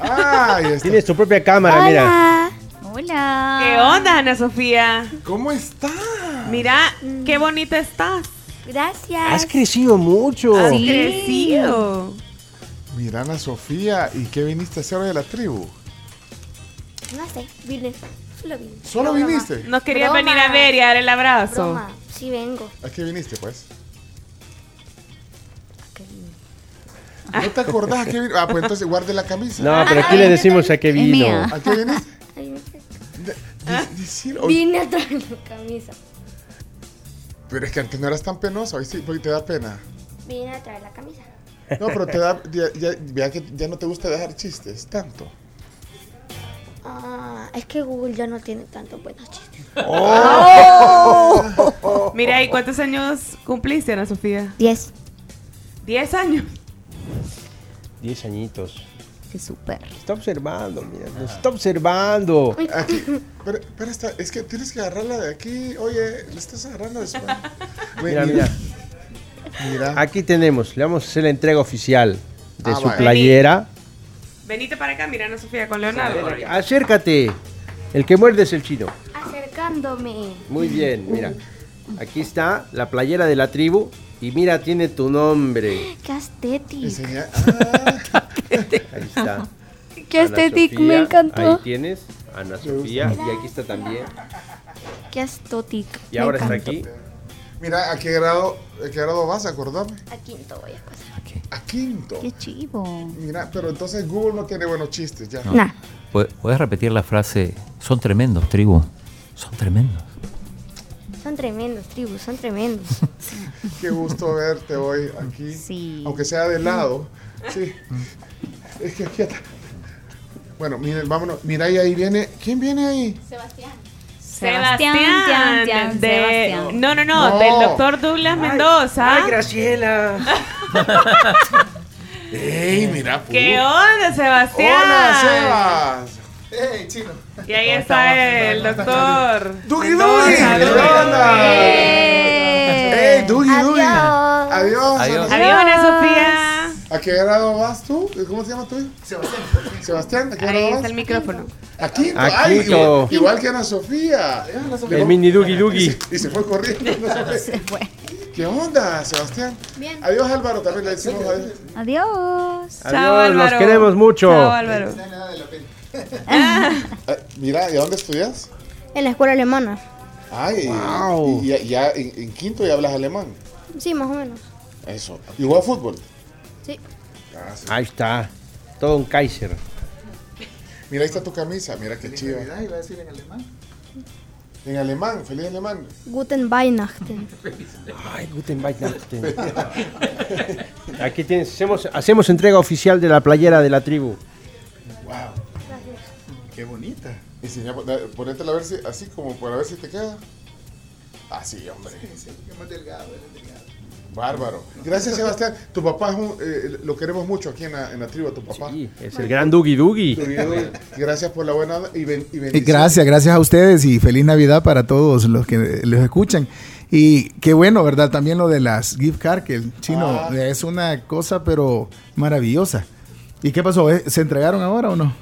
Speaker 4: Ay,
Speaker 1: Tienes tu propia cámara, mira.
Speaker 7: Hola.
Speaker 2: ¿Qué onda, Ana Sofía?
Speaker 4: ¿Cómo estás?
Speaker 2: Mira, qué bonita estás.
Speaker 1: Has
Speaker 2: Gracias.
Speaker 1: crecido mucho.
Speaker 2: Has crecido.
Speaker 4: Mira, Ana Sofía, ¿y qué viniste a hacer hoy a la tribu?
Speaker 15: No sé, vine. Solo vine.
Speaker 4: ¿Solo
Speaker 15: Broma.
Speaker 4: viniste?
Speaker 2: Nos querías
Speaker 15: Broma.
Speaker 2: venir a ver y dar el abrazo.
Speaker 15: Broma. Sí vengo.
Speaker 4: ¿A qué viniste, pues?
Speaker 2: Ah,
Speaker 4: ¿No te acordás a qué viniste? Ah, pues entonces guarde la camisa.
Speaker 1: No,
Speaker 2: Ah,
Speaker 1: pero aquí le decimos a qué vino.
Speaker 4: ¿A qué viniste?
Speaker 15: Ay, no sé.
Speaker 4: Di- decir- hoy-
Speaker 15: Ah. Vine a traer mi camisa.
Speaker 4: Pero es que antes no eras tan penosa, hoy sí, porque te da pena.
Speaker 15: Vine a traer la camisa.
Speaker 4: No, pero te da. Ya, ya- vea que ya no te gusta dejar chistes tanto.
Speaker 15: Ah, es que Google ya no tiene tantos buenos chistes.
Speaker 2: Mira, ¿y cuántos años cumpliste, Ana Sofía?
Speaker 15: Diez.
Speaker 2: Diez años.
Speaker 1: Diez añitos.
Speaker 7: Qué súper.
Speaker 1: Está observando, mira. Nos está observando.
Speaker 4: Aquí. Pero, pero esta- es que tienes que agarrarla de aquí. Oye, la estás agarrando de su mano. Ve,
Speaker 1: Mira, mira. Aquí tenemos, le vamos a hacer la entrega oficial de
Speaker 4: Ah,
Speaker 1: su
Speaker 4: vaya.
Speaker 1: playera.
Speaker 2: Venite para acá, mira, Ana Sofía, con Leonardo.
Speaker 1: Acércate. El que muerde es el chino.
Speaker 15: Acercándome.
Speaker 1: Muy bien, mira. Aquí está la playera de la tribu. Y mira, tiene tu nombre.
Speaker 15: Qué aesthetic.
Speaker 4: Ah.
Speaker 1: Ahí está.
Speaker 15: Qué
Speaker 1: Ana
Speaker 15: aesthetic,
Speaker 1: Sofía,
Speaker 15: me encantó.
Speaker 1: Ahí tienes Ana Sofía. Y aquí está también.
Speaker 15: Qué aesthetic.
Speaker 1: Y ahora está aquí.
Speaker 4: Mira, ¿a qué grado, a qué grado vas? Acordame.
Speaker 15: A quinto voy a pasar.
Speaker 4: A quinto.
Speaker 15: Qué chivo.
Speaker 4: Mira, pero entonces Google no tiene buenos chistes ya.
Speaker 5: No. Pu- ¿Puedes repetir la frase? Son tremendos, tribu. Son tremendos.
Speaker 15: Son tremendos, tribus, son tremendos.
Speaker 4: Qué gusto verte hoy aquí. Aunque sea de lado. Sí. Es que aquí está. Bueno, miren, vámonos. Mira, y ahí viene. ¿Quién viene ahí?
Speaker 15: Sebastián.
Speaker 2: Sebastián,
Speaker 15: Sebastián, Sebastián,
Speaker 2: de...
Speaker 15: Sebastián.
Speaker 2: No, no, no,
Speaker 15: No.
Speaker 2: del doctor Douglas Mendoza.
Speaker 15: ay,
Speaker 2: Graciela.
Speaker 4: ¡Ey, mira!
Speaker 2: ¿Qué
Speaker 4: pu-
Speaker 2: onda, Sebastián?
Speaker 4: ¡Hola, Sebas! ¡Ey, chino!
Speaker 2: Y ahí está el doctor.
Speaker 4: ¡Dugi,
Speaker 2: Mendoza,
Speaker 4: Dugi!
Speaker 2: Dugi.
Speaker 4: ¿Qué onda?
Speaker 2: ¡Ey!
Speaker 4: ¡Ey, Dugi, Dugi! Adiós.
Speaker 2: Adiós. Adiós, Ana Sofía.
Speaker 4: ¿A qué grado vas tú? ¿Cómo se llama tú? Sebastián. Sebastián, ¿a qué grado
Speaker 2: Ahí
Speaker 4: vas?
Speaker 2: está el micrófono.
Speaker 4: A quinto.
Speaker 1: A
Speaker 4: Ay,
Speaker 1: quinto.
Speaker 4: igual, igual que Ana Sofía.
Speaker 1: El mini Dugi Dugi.
Speaker 4: Y se fue corriendo. No se fue. ¿Qué onda, Sebastián? Bien. Adiós, Álvaro. También le decimos adiós.
Speaker 7: Adiós.
Speaker 1: Adiós, los queremos mucho.
Speaker 4: Ah, Mira, ¿y a dónde estudias?
Speaker 15: En la escuela alemana.
Speaker 4: Ay,
Speaker 1: Wow.
Speaker 4: y ya, ya en, en quinto ya hablas alemán.
Speaker 15: Sí, más o menos.
Speaker 4: Eso. ¿Y juegas fútbol?
Speaker 15: Sí.
Speaker 1: Ahí está. Todo un Kaiser.
Speaker 4: Mira, ahí está tu camisa. Mira qué chiva. Navidad, iba a decir en alemán. En alemán, feliz alemán.
Speaker 15: Guten Weihnachten.
Speaker 1: Ay, guten Tag, Nachten. Aquí tienes, hacemos, hacemos entrega oficial de la playera de la tribu.
Speaker 4: Wow. Qué bonita. Enseñá, ponétela a ver si, así como para ver si te queda. Así, hombre.
Speaker 24: más delgado, eres delgado.
Speaker 4: Bárbaro. Gracias, Sebastián. Tu papá es un- eh, lo queremos mucho aquí en la, en la tribu, a tu papá.
Speaker 1: Es el gran Dugi Dugi.
Speaker 4: Gracias por la buena onda y, ben, y bendiciones. gracias, gracias
Speaker 14: Eh, a ustedes y feliz Navidad para todos los que los escuchan. Y qué bueno, ¿verdad? También lo de las gift card, que el chino
Speaker 4: Ah.
Speaker 14: es una cosa pero maravillosa. ¿Y qué pasó? ¿Eh? ¿Se entregaron ahora o no?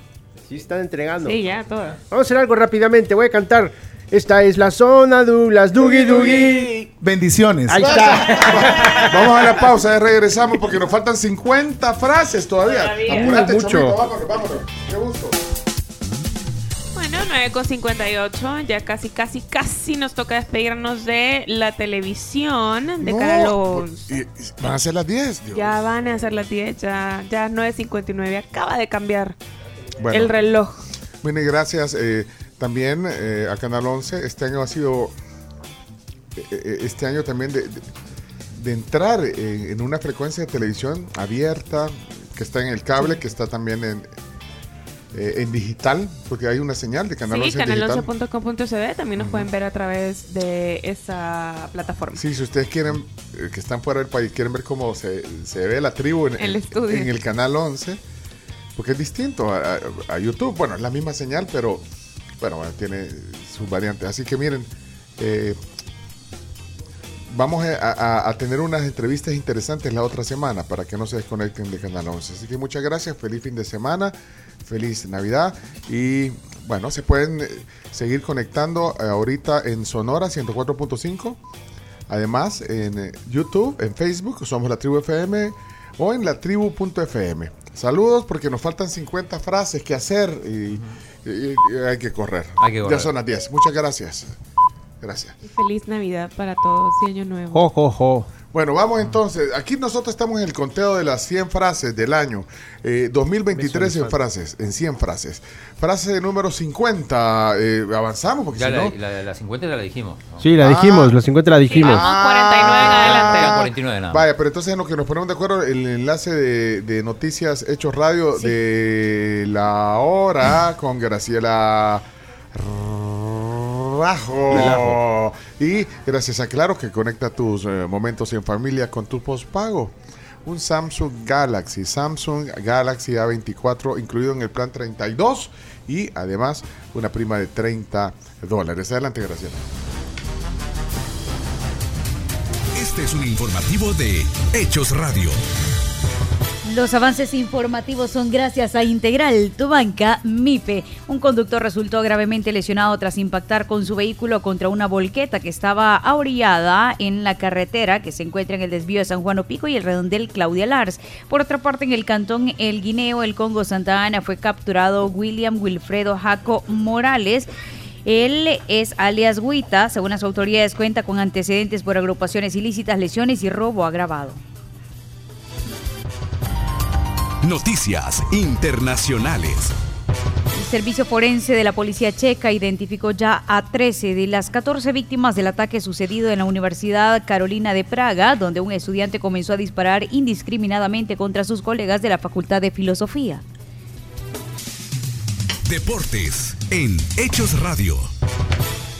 Speaker 1: Sí, están entregando.
Speaker 2: Sí, ya, todo.
Speaker 1: Vamos a hacer algo rápidamente. Voy a cantar. Esta es la zona Douglas Dugi Dugi.
Speaker 14: Bendiciones.
Speaker 1: Ahí está.
Speaker 4: Vamos a la pausa, ya regresamos porque nos faltan 50 frases todavía.
Speaker 2: Todavía.
Speaker 4: Apúrate,
Speaker 1: Mucho.
Speaker 4: chomito, vámonos, vámonos. Qué gusto.
Speaker 2: Bueno, 9.58, ya casi, casi, casi nos toca despedirnos de la televisión de
Speaker 4: No,
Speaker 2: cara a los-
Speaker 4: y- y- van a ser las 10, Dios.
Speaker 2: Ya van a ser las 10, ya, ya es 9.59, acaba de cambiar
Speaker 4: Bueno.
Speaker 2: el reloj.
Speaker 4: Bueno, y gracias eh, también eh, a Canal 11. Este año ha sido. eh, eh, Este año también de, de- de entrar en, en una frecuencia de televisión abierta, que está en el cable, que está también en, eh, en digital, porque hay una señal de Canal
Speaker 2: Sí,
Speaker 4: 11 en digital.
Speaker 2: canal11.com.cd también nos pueden ver a través de esa plataforma.
Speaker 4: Sí, si ustedes quieren, eh, que están fuera del país, quieren ver cómo se, se ve la tribu en
Speaker 2: El
Speaker 4: en-
Speaker 2: estudio.
Speaker 4: en el canal 11, porque es distinto a, a- a YouTube. Bueno, es la misma señal, pero bueno, bueno, tiene sus variantes. Así que miren, eh, vamos a, a- a tener unas entrevistas interesantes la otra semana para que no se desconecten de Canal 11. Así que muchas gracias, feliz fin de semana, feliz Navidad y bueno, se pueden eh, seguir conectando eh, ahorita en Sonora 104.5. Además, en eh, YouTube, en Facebook, somos la tribu FM o en la tribu.fm. Saludos porque nos faltan 50 frases que hacer y, y- y hay que correr.
Speaker 5: Hay que correr.
Speaker 4: Ya son las 10. Muchas gracias. Gracias.
Speaker 2: Y feliz Navidad para todos y Año Nuevo.
Speaker 4: Bueno, vamos entonces. Aquí nosotros estamos en el conteo de las 100 frases del año. Eh, 2023 en frases, en 100 frases. Frase número 50. eh, avanzamos porque
Speaker 5: Ya
Speaker 4: si
Speaker 5: la,
Speaker 4: no...
Speaker 5: la- la 50 ya la dijimos. ¿no?
Speaker 1: Sí, la dijimos, la 50 la dijimos.
Speaker 4: Ah.
Speaker 2: 49 en adelante.
Speaker 5: Quedan 49 nada. más.
Speaker 4: Vaya, pero entonces en lo que nos ponemos de acuerdo, el enlace de, de Noticias Hechos Radio de la hora con Graciela Rajo. Y gracias a Claro que conecta tus eh, momentos en familia con tu postpago. Un Samsung Galaxy, Samsung Galaxy A24 incluido en el plan 32 y además una prima de 30 dólares. Adelante, Graciela.
Speaker 18: Este es un informativo de Hechos Radio.
Speaker 7: Los avances informativos son gracias a Integral, tu banca MIPE. Un conductor resultó gravemente lesionado tras impactar con su vehículo contra una volqueta que estaba ahorillada en la carretera que se encuentra en el desvío de San Juan Opico y el redondel Claudia Lars. Por otra parte, en el cantón El Guineo, el Congo Santa Ana, fue capturado William Wilfredo Jaco Morales. Él es alias Huita, según las autoridades cuenta con antecedentes por agrupaciones ilícitas, lesiones y robo agravado.
Speaker 18: Noticias internacionales.
Speaker 7: El servicio forense de la policía checa identificó ya a 13 de las 14 víctimas del ataque sucedido en la Universidad Carolina de Praga, donde un estudiante comenzó a disparar indiscriminadamente contra sus colegas de la Facultad de Filosofía.
Speaker 18: Deportes en Hechos Radio.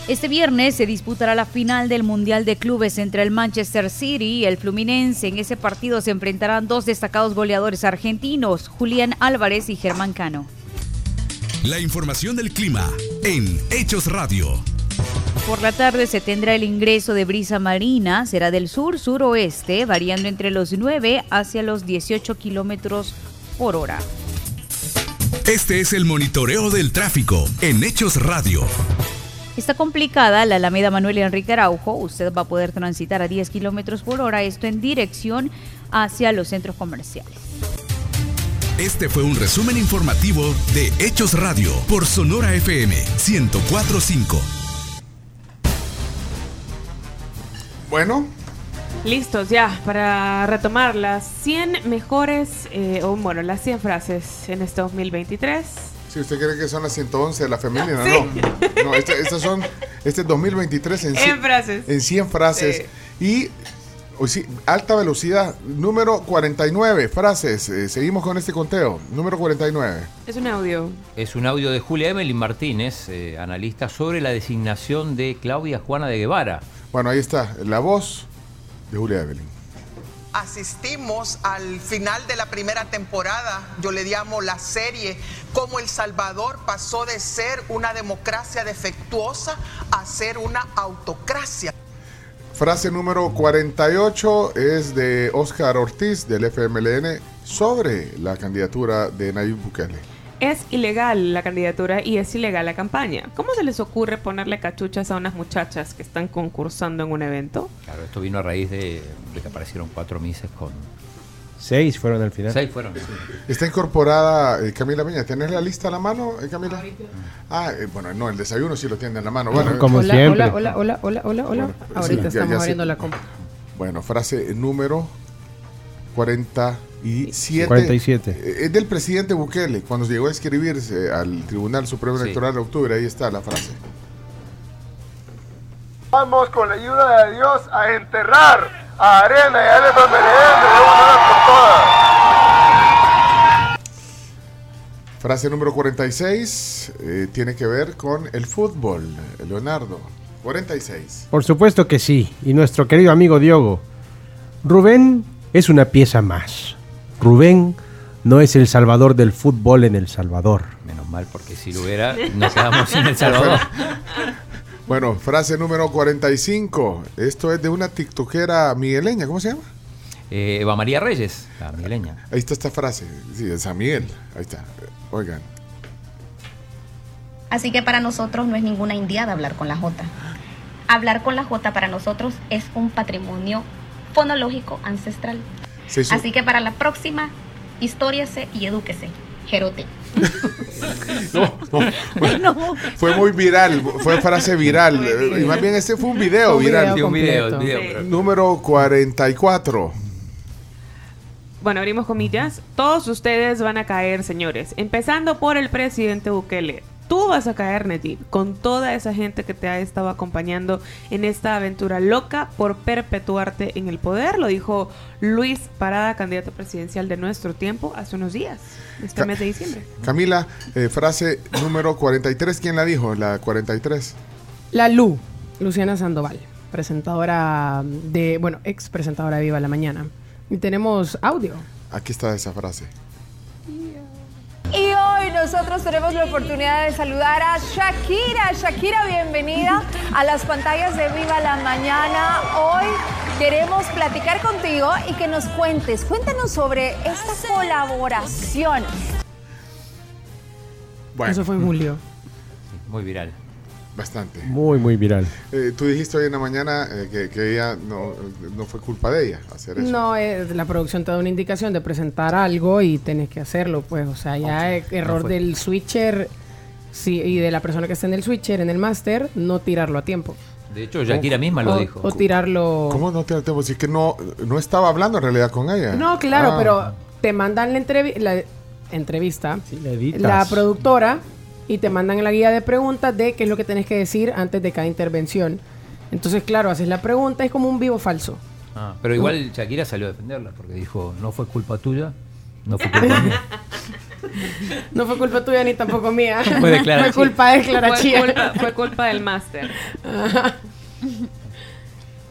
Speaker 7: Este viernes se disputará la final del Mundial de Clubes entre el Manchester City y el Fluminense. En ese partido se enfrentarán dos destacados goleadores argentinos, Julián Álvarez y Germán Cano.
Speaker 18: La información del clima en Hechos Radio.
Speaker 7: Por la tarde se tendrá el ingreso de brisa marina, será del sur-suroeste, variando entre los 9 hacia los 18 kilómetros por hora.
Speaker 18: Este es el monitoreo del tráfico en Hechos Radio.
Speaker 7: Está complicada la Alameda Manuel Enrique Araujo. Usted va a poder transitar a 10 kilómetros por hora, esto en dirección hacia los centros comerciales.
Speaker 18: Este fue un resumen informativo de Hechos Radio por Sonora FM 1045.
Speaker 4: Bueno,
Speaker 2: Listos ya para retomar las 100 mejores, eh, o bueno, las 100 frases en este 2023.
Speaker 4: si usted cree que son las 111 de la familia, no, no. No, esta- estas son, este es 2023 en, cien-
Speaker 2: En frases.
Speaker 4: en 100 frases. Y hoy sí, alta velocidad, número 49 frases. Eh, seguimos con este conteo, número 49.
Speaker 2: Es un audio.
Speaker 5: Es un audio de Julia Evelyn Martínez, eh, analista, sobre la designación de Claudia Juana de Guevara.
Speaker 4: Bueno, ahí está, la voz de Julia Evelyn.
Speaker 14: asistimos al final de la primera temporada, yo le llamo la serie, cómo El Salvador pasó de ser una democracia defectuosa a ser una autocracia.
Speaker 4: Frase número 48 es de Óscar Ortiz del FMLN sobre la candidatura de Nayib Bukele.
Speaker 2: Es ilegal la candidatura y es ilegal la campaña. ¿Cómo se les ocurre ponerle cachuchas a unas muchachas que están concursando en un evento?
Speaker 5: Claro, esto vino a raíz de, de que aparecieron cuatro mises con...
Speaker 1: Seis fueron al final.
Speaker 5: Seis fueron. sí.
Speaker 4: Está incorporada eh, Camila Peña. ¿Tenés la lista a la mano, eh, Camila? Ah, eh, bueno, no, el desayuno sí lo tiene en la mano. Bueno,
Speaker 1: Como
Speaker 4: eh,
Speaker 1: Hola, siempre. hola,
Speaker 19: Hola, hola, hola, hola, hola.
Speaker 4: Bueno, pues sí,
Speaker 19: Ahorita
Speaker 4: ya-
Speaker 19: estamos
Speaker 4: ya sé.
Speaker 19: abriendo la compra.
Speaker 4: Bueno, frase número 47.
Speaker 1: 47.
Speaker 4: Eh, Es del presidente Bukele, cuando llegó a inscribirse al Tribunal Supremo
Speaker 1: Sí.
Speaker 4: Electoral de octubre. Ahí está la frase.
Speaker 23: Vamos con la ayuda de Dios a enterrar a Arena y al FMLN de una vez por todas.
Speaker 4: Frase número 46 eh, tiene que ver con el fútbol, eh, Leonardo. 46.
Speaker 1: Por supuesto que sí, y nuestro querido amigo Diogo. Rubén es una pieza más. Rubén no es el salvador del fútbol en El Salvador.
Speaker 5: Menos mal, porque si lo hubiera, nos quedamos sin El Salvador.
Speaker 4: Bueno, frase número 45. Esto es de una tiktokera migueleña. ¿Cómo se llama?
Speaker 5: Eh, Eva María Reyes, la migueleña.
Speaker 4: Ahí está esta frase. Sí, de San Miguel. Ahí está. Oigan.
Speaker 25: Así que para nosotros no es ninguna indiada hablar con la J. Hablar con la J para nosotros es un patrimonio fonológico ancestral.
Speaker 4: Se hizo-
Speaker 25: Así que para la próxima, históriase y edúquese. Jerote.
Speaker 4: No, no. Fue muy viral. Fue frase viral. Y más bien este fue un video
Speaker 5: Un
Speaker 4: viral.
Speaker 5: video Sí, un video, completo. un video.
Speaker 4: Número 44.
Speaker 2: Bueno, abrimos comillas. Todos ustedes van a caer, señores. Empezando por el presidente Bukele. Tú vas a caer, Neti, con toda esa gente que te ha estado acompañando en esta aventura loca por perpetuarte en el poder. Lo dijo Luis Parada, candidato presidencial de nuestro tiempo, hace unos días, este mes de diciembre.
Speaker 4: Camila, eh, frase número 43. ¿Quién la dijo? La 43.
Speaker 19: La Lu, Luciana Sandoval, presentadora de, bueno, ex presentadora de Viva la Mañana. Y tenemos audio.
Speaker 4: Aquí está esa frase.
Speaker 26: Y hoy nosotros tenemos la oportunidad de saludar a Shakira. Shakira, bienvenida a las pantallas de Viva la Mañana. Hoy queremos platicar contigo y que nos cuentes, cuéntanos sobre esta colaboración.
Speaker 19: Eso fue en julio.
Speaker 5: Muy viral.
Speaker 4: Bastante.
Speaker 1: Muy, muy viral.
Speaker 4: Eh, tú dijiste hoy en la mañana eh, que, que ella no, no fue culpa de ella hacer eso.
Speaker 19: No, eh, la producción te da una indicación de presentar algo y tenés que hacerlo, pues, o sea, ya eh, error
Speaker 4: fue.
Speaker 19: del switcher sí, y de la persona que está en el switcher, en el máster, no tirarlo a tiempo.
Speaker 5: De hecho, Shakira misma lo
Speaker 19: o,
Speaker 5: dijo.
Speaker 19: O tirarlo...
Speaker 4: ¿Cómo no te atrevo? Si es que no, no estaba hablando en realidad con ella.
Speaker 19: No, claro,
Speaker 4: Ah,
Speaker 19: pero te mandan la, entrevi- la entrevista,
Speaker 1: la, editas.
Speaker 19: productora, y te mandan la guía de preguntas de qué es lo que tenés que decir antes de cada intervención. Entonces, claro, haces la pregunta, es como un vivo falso.
Speaker 5: Ah, pero igual Shakira salió a defenderla porque dijo, no fue culpa tuya, no fue culpa mía.
Speaker 19: No fue culpa tuya ni tampoco mía.
Speaker 5: Fue de Clara Chía.
Speaker 19: culpa de Clara
Speaker 2: Fue
Speaker 19: Chía.
Speaker 2: culpa- fue culpa del máster.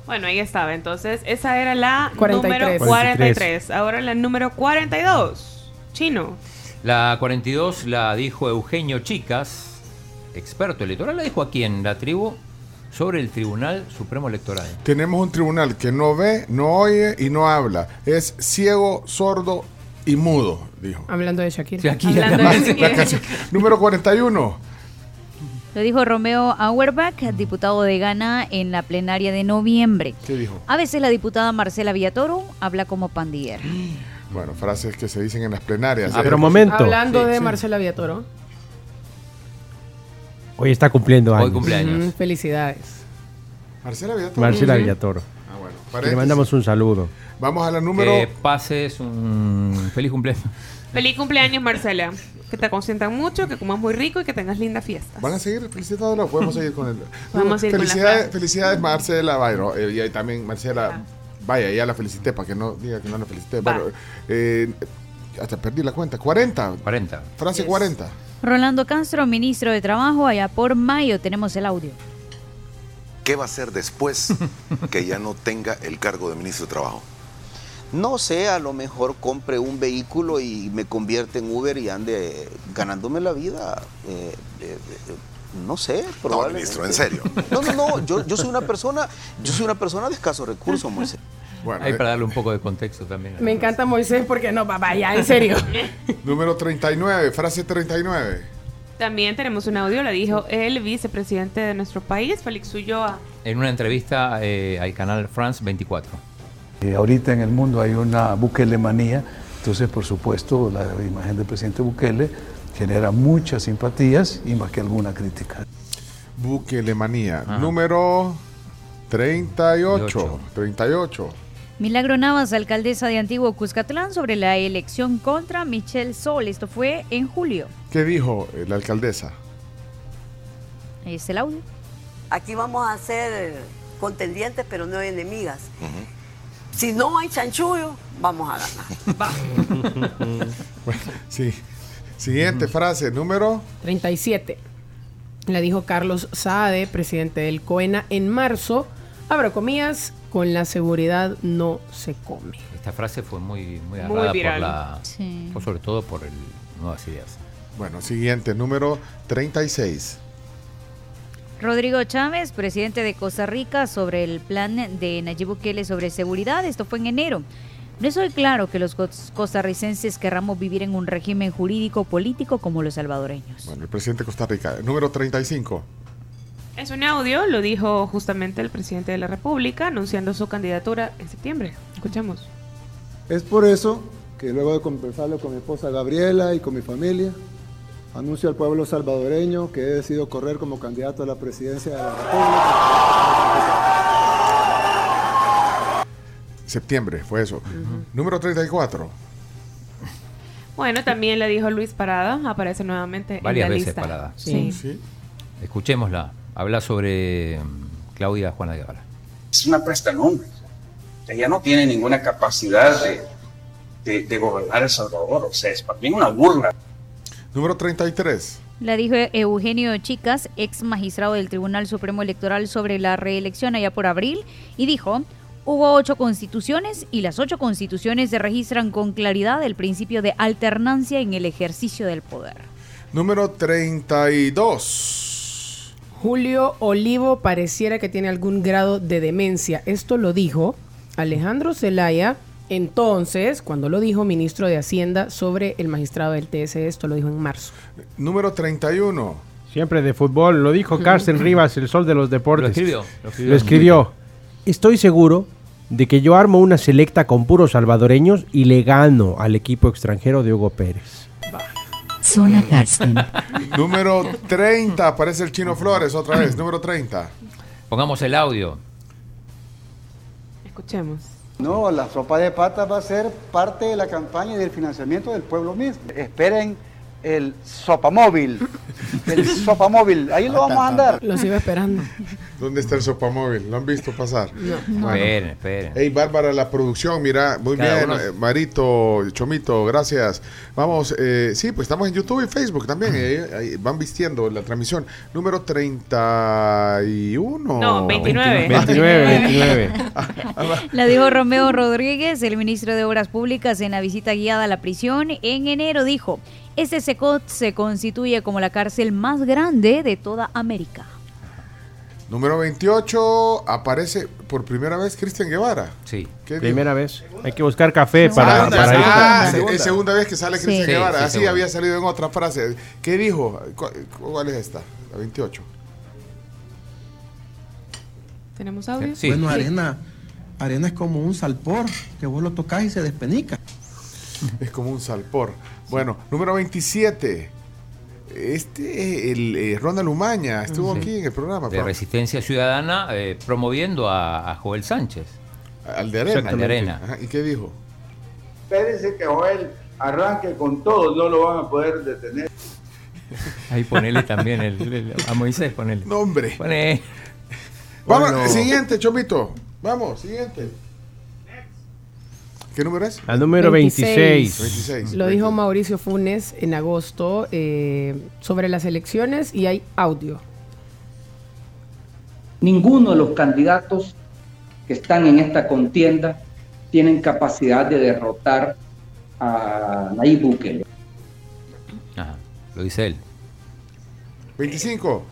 Speaker 2: Bueno, ahí estaba. Entonces, esa era la
Speaker 19: 43.
Speaker 2: número 43. Ahora la número 42. Chino.
Speaker 5: La 42 la dijo Eugenio Chicas, experto electoral, la dijo aquí en la tribu sobre el Tribunal Supremo Electoral.
Speaker 4: Tenemos un tribunal que no ve, no oye y no habla. Es ciego, sordo y mudo, dijo.
Speaker 19: Hablando de Shakira.
Speaker 5: Shakira.
Speaker 19: Hablando de
Speaker 4: La canción. Número 41.
Speaker 7: Lo dijo Romeo Auerbach, diputado de Ghana, en la plenaria de noviembre.
Speaker 4: ¿Qué dijo?
Speaker 7: A veces la diputada Marcela Villatoro habla como pandillera.
Speaker 4: Bueno, frases que se dicen en las plenarias.
Speaker 1: Ah, pero momento.
Speaker 19: Hablando
Speaker 4: Sí,
Speaker 19: de
Speaker 4: sí.
Speaker 19: Marcela Villatoro.
Speaker 1: Hoy está cumpliendo años.
Speaker 5: Hoy cumpleaños.
Speaker 19: Mm, felicidades.
Speaker 4: Marcela Villatoro.
Speaker 1: Marcela
Speaker 4: Ujú.
Speaker 1: Villatoro.
Speaker 4: Ah, bueno.
Speaker 1: Que Le
Speaker 4: Paréntesis.
Speaker 1: mandamos un saludo.
Speaker 4: Vamos a la número.
Speaker 5: Que pases un feliz cumpleaños.
Speaker 2: Feliz cumpleaños, Marcela. Que te consientan mucho, que comas muy rico y que tengas linda fiesta.
Speaker 4: ¿Van a seguir felicitándola? Podemos seguir con el.
Speaker 2: Vamos a ir con la
Speaker 4: felicidades,
Speaker 2: frase.
Speaker 4: felicidades, Marcela Bayro. Eh, y ahí también, Marcela. Vaya, ya la felicité para que no diga que no la felicité.
Speaker 2: Ah. Va.
Speaker 4: Pero, eh, hasta perdí la cuenta. 40.
Speaker 5: 40.
Speaker 4: Frase 40.
Speaker 7: Rolando Castro, ministro de Trabajo, allá por mayo tenemos el audio.
Speaker 27: ¿Qué va a hacer después que ya no tenga el cargo de ministro de Trabajo?
Speaker 14: No sé, a lo mejor compre un vehículo y me convierte en Uber y ande eh, ganándome la vida. eh, eh, eh, no sé, probablemente.
Speaker 27: ministro, en serio.
Speaker 14: No, no, no, yo, yo soy una persona, yo soy una persona de escasos recursos, Moisés.
Speaker 5: Ahí
Speaker 4: eh.
Speaker 5: para darle un poco de contexto también.
Speaker 19: Me encanta Moisés porque no, papá, ya, en serio.
Speaker 4: Número 39. Frase 39.
Speaker 2: También tenemos un audio, la dijo el vicepresidente de nuestro país, Félix Ulloa.
Speaker 5: En una entrevista eh, al canal France 24.
Speaker 13: Eh, ahorita en el mundo hay una Bukelemanía, entonces por supuesto la imagen del presidente Bukele genera muchas simpatías y más que alguna crítica.
Speaker 4: Buquelemanía. Número 38. 38.
Speaker 7: Milagro Navas, alcaldesa de Antiguo Cuscatlán, sobre la elección contra Michelle Sol. Esto fue en julio.
Speaker 4: ¿Qué dijo eh, la alcaldesa?
Speaker 7: Ahí está el audio.
Speaker 26: Aquí vamos a ser contendientes, pero no enemigas. Si no hay chanchullo, vamos a ganar. Va.
Speaker 4: Bueno, sí. Siguiente frase. Número.
Speaker 19: 37. La dijo Carlos Saade, presidente del COENA, en marzo. Abro comillas, con la seguridad no se come.
Speaker 5: Esta frase fue muy, muy agarrada por
Speaker 19: viral.
Speaker 5: la.
Speaker 19: Sí.
Speaker 5: fue sobre todo por el Nuevas Ideas.
Speaker 4: Bueno, siguiente. Número 36.
Speaker 7: Rodrigo Chávez, presidente de Costa Rica, sobre el plan de Nayib Bukele sobre seguridad. Esto fue en enero. No soy claro que los cos- costarricenses querramos vivir en un régimen jurídico político como los salvadoreños.
Speaker 4: Bueno, el presidente de Costa Rica. Número 35.
Speaker 2: Es un audio, lo dijo justamente el presidente de la República, anunciando su candidatura en septiembre. Escuchemos.
Speaker 23: Es por eso que luego de conversarlo con mi esposa Gabriela y con mi familia, anuncio al pueblo salvadoreño que he decidido correr como candidato a la presidencia de la República.
Speaker 4: Septiembre, fue eso. Número 34.
Speaker 2: Bueno, también la dijo Luis Parada, aparece nuevamente
Speaker 5: Varias
Speaker 2: en la
Speaker 5: veces
Speaker 2: lista.
Speaker 5: Parada.
Speaker 2: Sí.
Speaker 5: Escuchémosla. Habla sobre mm, Claudia Juana Guevara.
Speaker 28: es una prestanombre. Ella no tiene ninguna capacidad de, de- de gobernar El Salvador. O sea, es para mí una burla.
Speaker 4: Número 33.
Speaker 7: La dijo Eugenio Chicas, ex magistrado del Tribunal Supremo Electoral sobre la reelección allá por abril, y dijo, hubo ocho constituciones y las ocho constituciones se registran con claridad el principio de alternancia en el ejercicio del poder.
Speaker 4: Número 32.
Speaker 19: Julio Olivo pareciera que tiene algún grado de demencia. Esto lo dijo Alejandro Zelaya, entonces, cuando lo dijo ministro de Hacienda sobre el magistrado del TSE, esto lo dijo en marzo.
Speaker 4: Número 31.
Speaker 1: Siempre de fútbol, lo dijo Carsten Rivas, el sol de los deportes.
Speaker 5: Lo escribió,
Speaker 1: Lo
Speaker 5: lo
Speaker 1: escribió.
Speaker 5: escribió.
Speaker 1: Estoy seguro de que yo armo una selecta con puros salvadoreños y le gano al equipo extranjero de Hugo Pérez.
Speaker 29: Zona Carsten.
Speaker 4: Número 30. Aparece el Chino Flores otra vez. Número 30.
Speaker 5: Pongamos el audio.
Speaker 2: Escuchemos.
Speaker 30: No, la sopa de patas va a ser parte de la campaña y del financiamiento del pueblo mismo. Esperen el sopa móvil. El sopa móvil. Ahí lo vamos a andar.
Speaker 19: Los iba esperando.
Speaker 4: ¿Dónde está el sopamóvil? ¿Lo han visto pasar?
Speaker 19: No.
Speaker 4: Bueno.
Speaker 5: Esperen, esperen.
Speaker 4: Hey, Bárbara, la producción, mira, muy
Speaker 5: Cada
Speaker 4: bien.
Speaker 5: uno-
Speaker 4: eh, Marito, Chomito, gracias. Vamos, eh, sí, pues estamos en YouTube y Facebook también. eh, ahí van vistiendo la transmisión. Número 31.
Speaker 2: No, 29.
Speaker 1: 29,
Speaker 4: 29.
Speaker 7: La dijo Romeo Rodríguez, el ministro de Obras Públicas, en la visita guiada a la prisión en enero, dijo, Este secot se constituye como la cárcel más grande de toda América.
Speaker 4: Número 28 aparece por primera vez Cristian Guevara. Eh,
Speaker 5: Sí.
Speaker 1: Primera vez. Hay que buscar café para,
Speaker 4: Segunda.
Speaker 1: para ir-
Speaker 4: Ah, es segunda vez que sale Cristian
Speaker 1: Sí.
Speaker 4: Guevara.
Speaker 1: Sí, sí,
Speaker 4: Así
Speaker 1: segunda.
Speaker 4: había salido en otra frase. ¿Qué dijo? ¿Cu- ¿Cuál es esta? La 28.
Speaker 2: ¿Tenemos audio?
Speaker 31: Bueno, arena. Arena es como un salpor, que vos lo tocas y se despenica.
Speaker 4: Es como un salpor. Bueno, número 27. Este, el eh, Ronald Umaña estuvo
Speaker 5: Sí.
Speaker 4: aquí en el programa.
Speaker 5: de Resistencia Ciudadana eh, promoviendo a, a Joel Sánchez.
Speaker 4: Al
Speaker 5: de
Speaker 4: Arena.
Speaker 5: Al de Arena.
Speaker 4: Ajá, ¿Y qué dijo?
Speaker 32: Espérense que Joel arranque con todo, no lo van a poder detener.
Speaker 5: Ahí ponele también el, el- a Moisés, ponele.
Speaker 4: Nombre.
Speaker 5: Pone.
Speaker 4: Vamos,
Speaker 5: Bueno.
Speaker 4: siguiente, Chomito. Vamos, siguiente. ¿Qué número es?
Speaker 1: La número 26.
Speaker 4: 26.
Speaker 19: Lo dijo Mauricio Funes en agosto eh, sobre las elecciones y hay audio.
Speaker 14: Ninguno de los candidatos que están en esta contienda tienen capacidad de derrotar a Nayib Bukele.
Speaker 5: Ajá, lo dice él.
Speaker 4: 25.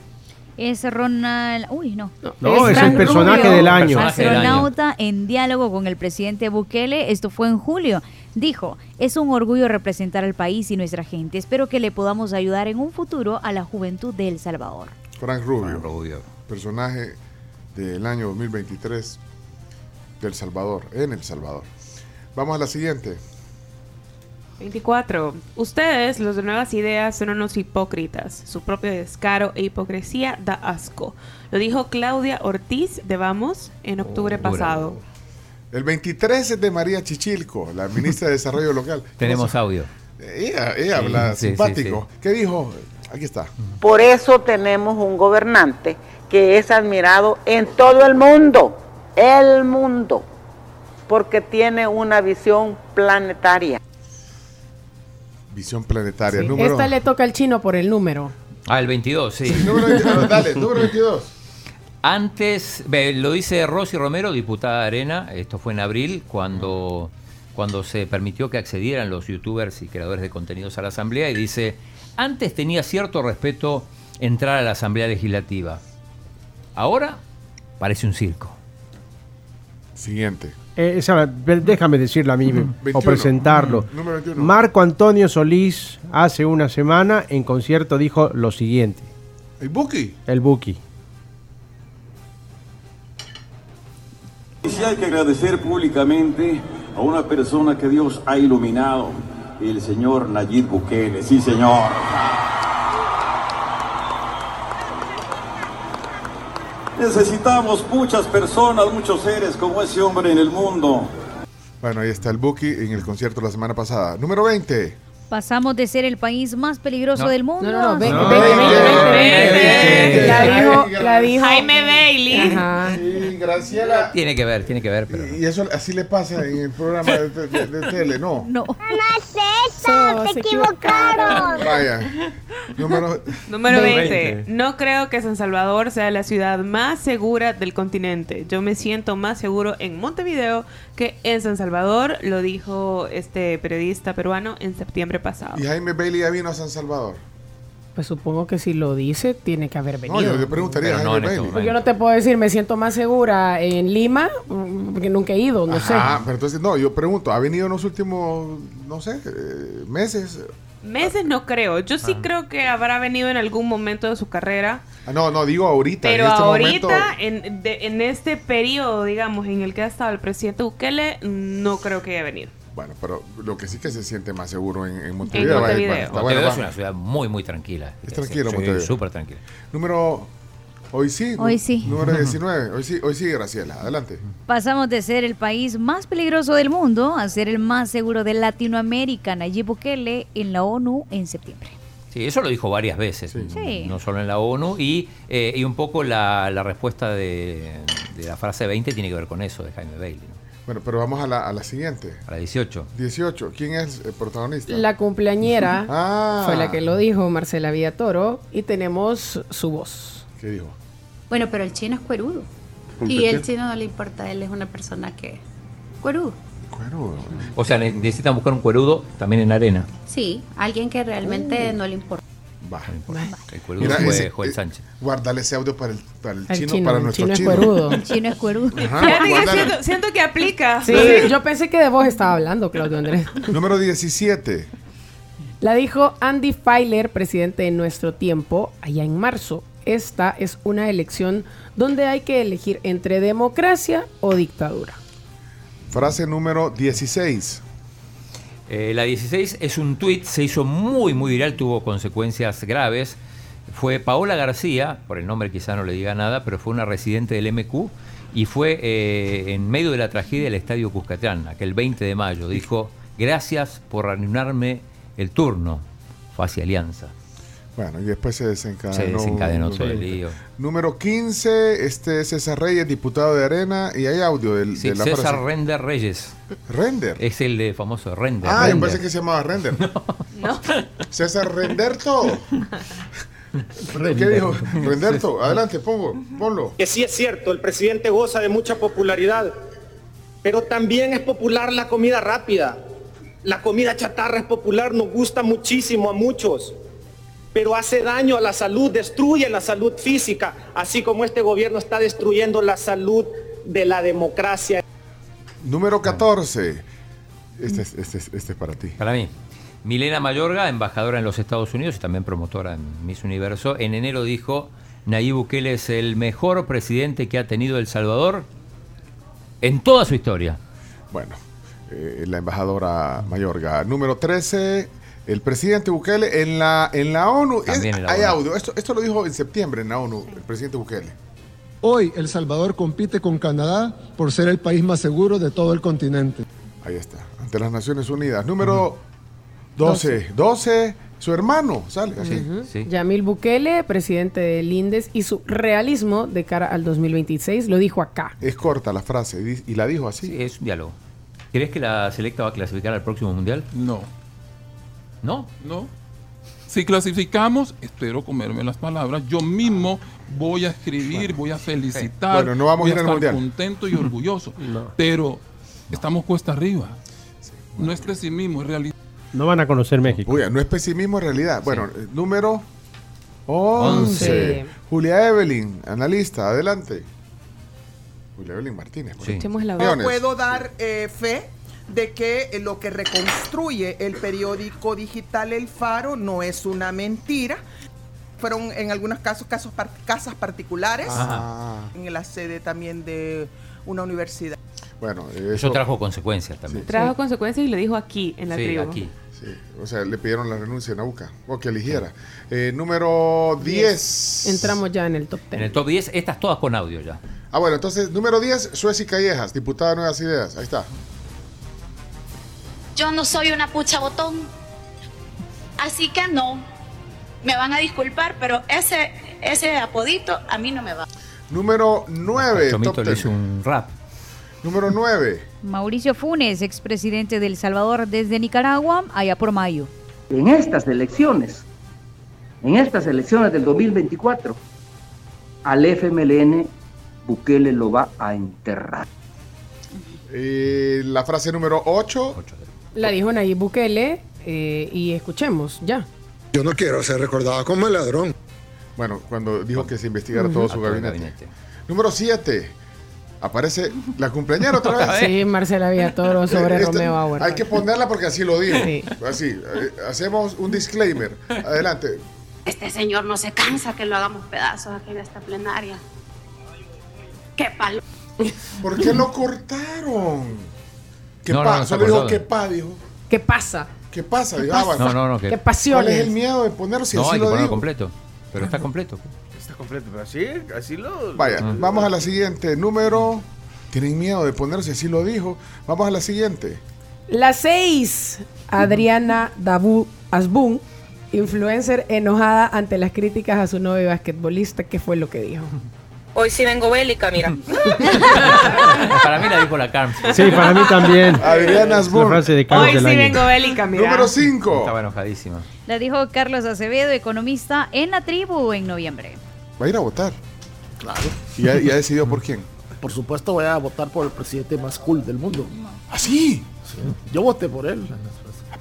Speaker 7: Es Ronald. Uy, no.
Speaker 1: No, es el
Speaker 7: Frank
Speaker 1: personaje
Speaker 7: Rubio,
Speaker 1: del año. Personaje del año.
Speaker 7: Astronauta en diálogo con el presidente Bukele. Esto fue en julio. Dijo: Es un orgullo representar al país y nuestra gente. Espero que le podamos ayudar en un futuro a la juventud de El Salvador.
Speaker 4: Frank Rubio. Personaje del año 2023 de El Salvador, en El Salvador. Vamos a la siguiente.
Speaker 2: 24. Ustedes, los de Nuevas Ideas, son unos hipócritas. Su propio descaro e hipocresía da asco. Lo dijo Claudia Ortiz de Vamos en octubre pasado.
Speaker 4: El 23 es de María Chichilco, la ministra de Desarrollo Local.
Speaker 5: Tenemos audio.
Speaker 4: Ella, ella
Speaker 5: Sí,
Speaker 4: habla
Speaker 5: sí, Mm. sí,
Speaker 4: simpático. ¿Qué dijo? Aquí está.
Speaker 20: Por eso tenemos un gobernante que es admirado en todo el mundo, el mundo, porque tiene una visión planetaria.
Speaker 4: Visión planetaria.
Speaker 19: Sí.
Speaker 4: Número.
Speaker 19: Esta le toca al chino por el número.
Speaker 5: Ah, el 22, sí.
Speaker 4: número 22, dale, número 22.
Speaker 5: Antes, ve, lo dice Rosy Romero, diputada de Arena, esto fue en abril, cuando, cuando se permitió que accedieran los youtubers y creadores de contenidos a la Asamblea, y dice, antes tenía cierto respeto entrar a la Asamblea Legislativa. Ahora parece un circo.
Speaker 4: Siguiente.
Speaker 1: Eh, esa- ve- déjame decirla a mí o
Speaker 4: 21.
Speaker 1: presentarlo.
Speaker 4: Mm, número 21.
Speaker 1: Marco Antonio Solís hace una semana en concierto dijo lo siguiente.
Speaker 4: El Buki.
Speaker 1: El Buki.
Speaker 20: Y sí hay que agradecer públicamente a una persona que Dios ha iluminado, el señor Nayib Bukele. Sí, señor. Necesitamos muchas personas, muchos seres como ese hombre en el mundo.
Speaker 4: Bueno, ahí está el Buki en el concierto la semana pasada. Número 20.
Speaker 7: Pasamos de ser el país más peligroso
Speaker 4: No.
Speaker 7: del mundo.
Speaker 19: no, ve-
Speaker 4: No.
Speaker 19: ve- ve-
Speaker 4: Veinte,
Speaker 19: ve-
Speaker 4: veinte,
Speaker 19: ve-
Speaker 4: veinte.
Speaker 19: La dijo,
Speaker 4: Ay,
Speaker 19: la dijo.
Speaker 2: Jaime Bailey.
Speaker 19: Ajá.
Speaker 4: Sí, Graciela.
Speaker 5: Tiene que ver, tiene que ver, pero...
Speaker 4: Y eso así le pasa en el programa de, de- de tele, ¿no?
Speaker 7: No.
Speaker 2: Eso, se equivocaron.
Speaker 4: Vaya. Número,
Speaker 2: Número 20. No creo que San Salvador sea la ciudad más segura del continente. Yo me siento más seguro en Montevideo que en San Salvador, lo dijo este periodista peruano en septiembre pasado.
Speaker 4: Y Jaime Bailey ya vino a San Salvador.
Speaker 19: Pues supongo que si lo dice, tiene que haber venido.
Speaker 4: No, yo le preguntaría a
Speaker 5: Pero no
Speaker 4: Jaime
Speaker 5: en este
Speaker 4: Bailey.
Speaker 19: Pues yo no te puedo decir, me siento más segura en Lima, mm, porque nunca he ido, no
Speaker 4: Ah,
Speaker 19: sé.
Speaker 4: pero entonces, no, yo pregunto, ¿ha venido en los últimos, no sé, eh, meses?
Speaker 2: Meses no creo. Yo sí creo que habrá venido en algún momento de su carrera.
Speaker 4: Ah, No, no, digo ahorita.
Speaker 2: Pero
Speaker 4: en este
Speaker 2: ahorita,
Speaker 4: momento,
Speaker 2: en, de- en este periodo, digamos, en el que ha estado el presidente Bukele, no creo que haya venido.
Speaker 4: bueno, pero lo que sí que se siente más seguro en, en
Speaker 5: Montevideo
Speaker 4: Montevideo. vaya, bueno, está bueno,
Speaker 5: es
Speaker 4: va.
Speaker 5: una ciudad muy, muy tranquila.
Speaker 4: Es tranquilo,
Speaker 5: Sí,
Speaker 4: Montevideo.
Speaker 5: Súper tranquila.
Speaker 4: Número, hoy sí.
Speaker 7: Hoy
Speaker 4: nu-
Speaker 7: sí.
Speaker 4: Número 19, hoy sí, hoy sí, Graciela, adelante.
Speaker 7: Pasamos de ser el país más peligroso del mundo a ser el más seguro de Latinoamérica, Nayib Bukele, en la ONU en septiembre.
Speaker 5: Sí, eso lo dijo varias veces,
Speaker 7: Sí.
Speaker 5: no solo en la ONU, y, eh, y un poco la, la respuesta de, de la frase 20 tiene que ver con eso, de Jaime Bailey, ¿no?
Speaker 4: Bueno, pero vamos a la, a la siguiente.
Speaker 5: a la 18.
Speaker 4: 18, ¿quién es el protagonista?
Speaker 19: La cumpleañera
Speaker 4: Ah.
Speaker 19: fue la que lo dijo, Marcela Villatoro, y tenemos su voz.
Speaker 4: ¿Qué dijo?
Speaker 26: Bueno, pero el chino es cuerudo. Y
Speaker 19: Competir.
Speaker 26: el chino no le importa, él es una persona que... Cuerudo.
Speaker 5: O sea, ne- necesitan buscar un cuerudo también en arena.
Speaker 14: Sí, alguien que realmente no le importa.
Speaker 5: El cuerudo
Speaker 4: Mira,
Speaker 5: fue
Speaker 4: ese-
Speaker 5: Joel Sánchez.
Speaker 4: Guardale ese audio para el, para el
Speaker 19: Al
Speaker 4: chino,
Speaker 19: chino,
Speaker 4: para
Speaker 19: el
Speaker 4: nuestro
Speaker 19: chino es
Speaker 4: chino.
Speaker 19: cuerudo.
Speaker 14: El chino es cuerudo.
Speaker 4: Ajá,
Speaker 2: Fíjate que
Speaker 4: guardala.
Speaker 2: siento, siento que aplica.
Speaker 4: Ah,
Speaker 19: Sí, yo pensé que de vos estaba hablando, Claudio Andrés.
Speaker 4: Número 17.
Speaker 19: La dijo Andy Feiler, presidente de Nuestro Tiempo, allá en marzo. Esta es una elección donde hay que elegir entre democracia o dictadura.
Speaker 4: Frase número 16.
Speaker 5: Eh, la 16 es un tuit, se hizo muy, muy viral, tuvo consecuencias graves. Fue Paola García, por el nombre quizá no le diga nada, pero fue una residente del MQ y fue eh, en medio de la tragedia del Estadio Cuscatlán, aquel 20 de mayo. Dijo, gracias por reandarme el turno. Fue hacia Alianza.
Speaker 4: Bueno, y después se desencadenó.
Speaker 5: Se desencadenó todo el
Speaker 4: un-
Speaker 5: lío.
Speaker 4: Número 15, este es César Reyes, diputado de Arena, y hay audio del,
Speaker 5: Sí,
Speaker 4: de la
Speaker 5: César
Speaker 4: frase.
Speaker 5: Render Reyes.
Speaker 4: ¿Render?
Speaker 5: Es el de famoso Render.
Speaker 4: Ah, yo
Speaker 5: Render.
Speaker 4: pensé que se llamaba Render. César Renderto. ¿Qué
Speaker 14: Render.
Speaker 4: dijo? Renderto, adelante, pongo, ponlo.
Speaker 14: Que sí es cierto, el presidente goza de mucha popularidad, pero también es popular la comida rápida. La comida chatarra es popular, nos gusta muchísimo a muchos, pero hace daño a la salud, destruye la salud física, así como este gobierno está destruyendo la salud de la democracia.
Speaker 4: Número 14. Este es, este es- este es para ti.
Speaker 5: Para mí. Milena Mayorga, embajadora en los Estados Unidos y también promotora en Miss Universo, en enero dijo, Nayib Bukele es el mejor presidente que ha tenido El Salvador en toda su historia.
Speaker 4: Bueno, eh, la embajadora Mayorga. Número 13, el presidente Bukele en la, en la ONU.
Speaker 5: También
Speaker 4: Es-
Speaker 5: en la
Speaker 4: hay
Speaker 5: ONU.
Speaker 4: audio. Esto, esto lo dijo en septiembre en la ONU, el presidente Bukele.
Speaker 23: Hoy El Salvador compite con Canadá por ser el país más seguro de todo el continente.
Speaker 4: Ahí está, ante las Naciones Unidas. Número 12. 12, su hermano sale así.
Speaker 19: Ujú. Yamil Bukele, presidente del INDES, y su realismo de cara al 2026 lo dijo acá.
Speaker 4: Es corta la frase y di- y la dijo así.
Speaker 5: es un diálogo. ¿Crees que la selecta va a clasificar al próximo mundial?
Speaker 12: No.
Speaker 5: ¿No?
Speaker 12: No. Si clasificamos, espero comerme las palabras. Yo mismo voy a escribir, voy a felicitar.
Speaker 4: Bueno, no vamos
Speaker 12: voy
Speaker 4: a ir al
Speaker 12: estar
Speaker 4: Mundial.
Speaker 12: contento y orgulloso. Pero estamos cuesta arriba. No es pesimismo, es realidad.
Speaker 33: No van a conocer México.
Speaker 4: Uy, no es pesimismo en realidad. Bueno, eh, número 11.
Speaker 33: Once.
Speaker 4: Julia Evelyn, analista, adelante. Julia Evelyn Martínez. por ejemplo.
Speaker 34: Echemos la
Speaker 4: Millones.
Speaker 26: No puedo dar eh, fe de que eh, lo que reconstruye el periódico digital El Faro no es una mentira. Fueron en algunos casos, casos par- casas particulares,
Speaker 5: Ajá.
Speaker 26: en la sede también de una universidad.
Speaker 4: Bueno, eh,
Speaker 5: Eso, trajo consecuencias también.
Speaker 2: Trajo consecuencias y lo dijo aquí, en la
Speaker 5: Sí,
Speaker 2: tribu.
Speaker 5: aquí.
Speaker 4: Sí, o sea, le pidieron la renuncia a Nauca, o que eligiera. Eh, número 10.
Speaker 19: Entramos ya en el top
Speaker 5: En
Speaker 19: 10.
Speaker 5: el top 10, estas todas con audio ya.
Speaker 4: Ah, bueno, entonces, número 10, Suecia Callejas, diputada de Nuevas Ideas. Ahí está.
Speaker 26: Yo no soy una pucha botón. Así que no. Me van a disculpar, pero ese, ese apodito a mí no me va.
Speaker 4: Número 9.
Speaker 5: Chomito le hizo un rap.
Speaker 4: Número 9.
Speaker 7: Mauricio Funes, expresidente de El Salvador desde Nicaragua, allá por mayo.
Speaker 35: en estas elecciones, en estas elecciones del 2024, al FMLN Bukele lo va a enterrar.
Speaker 4: Eh, la frase número 8.
Speaker 19: La dijo Nayib Bukele eh, y escuchemos ya.
Speaker 23: Yo no quiero ser recordado como el ladrón.
Speaker 4: Bueno, cuando dijo que se investigara todo
Speaker 5: A
Speaker 4: su
Speaker 5: todo el
Speaker 4: gabinete. Número 7. Aparece la cumpleañera otra vez.
Speaker 19: Sí, Marcela Villatoro sobre
Speaker 4: Esta-
Speaker 19: Romeo Auer.
Speaker 4: Hay que ponerla porque así lo dijo.
Speaker 19: Sí.
Speaker 4: Así. eh, Hacemos un disclaimer. Adelante.
Speaker 26: Este señor no se cansa que lo hagamos pedazos aquí en esta plenaria. ¡Qué palo!
Speaker 4: ¿Por qué lo cortaron? ¿Qué
Speaker 5: No, no,
Speaker 4: pasa?
Speaker 5: no está
Speaker 4: Solo dijo
Speaker 5: cortado.
Speaker 4: qué pa, dijo.
Speaker 19: ¿Qué pasa?
Speaker 4: ¿Qué pasa?
Speaker 19: ¿Qué
Speaker 4: Dijo, ah,
Speaker 19: pasa?
Speaker 5: No,
Speaker 4: bueno.
Speaker 5: no, no, que- ¿Qué
Speaker 4: ¿Cuál
Speaker 19: pasiones?
Speaker 4: es el miedo de ponerlo si
Speaker 5: no,
Speaker 4: así
Speaker 5: hay que
Speaker 4: lo
Speaker 5: ponerlo
Speaker 4: digo?
Speaker 5: completo. Pero está completo. Ah.
Speaker 1: Está completo, pero así, así lo.
Speaker 4: Vaya, vamos a la siguiente. Número. Tienen miedo de ponerlo si así lo dijo. Vamos a la siguiente.
Speaker 19: La 6, Adriana Dabu Asbun, influencer enojada ante las críticas a su novio basquetbolista, ¿qué fue lo que dijo?
Speaker 36: Hoy sí vengo bélica, mira.
Speaker 5: Para mí la dijo la Carms.
Speaker 33: Sí, para mí también.
Speaker 4: Adriana Asbun.
Speaker 33: La frase de Carlos
Speaker 2: Hoy
Speaker 33: del
Speaker 2: sí
Speaker 33: año.
Speaker 2: vengo Ah, bélica, mira.
Speaker 4: Número 5.
Speaker 5: Estaba enojadísima.
Speaker 7: La dijo Carlos Acevedo, economista, en la tribu en noviembre.
Speaker 4: Va a ir a votar.
Speaker 37: Claro.
Speaker 4: ¿Y ha, y ha decidido por quién?
Speaker 37: Por supuesto voy a votar por el presidente más cool del mundo.
Speaker 4: ¿Ah, Así.
Speaker 14: Yo voté por él.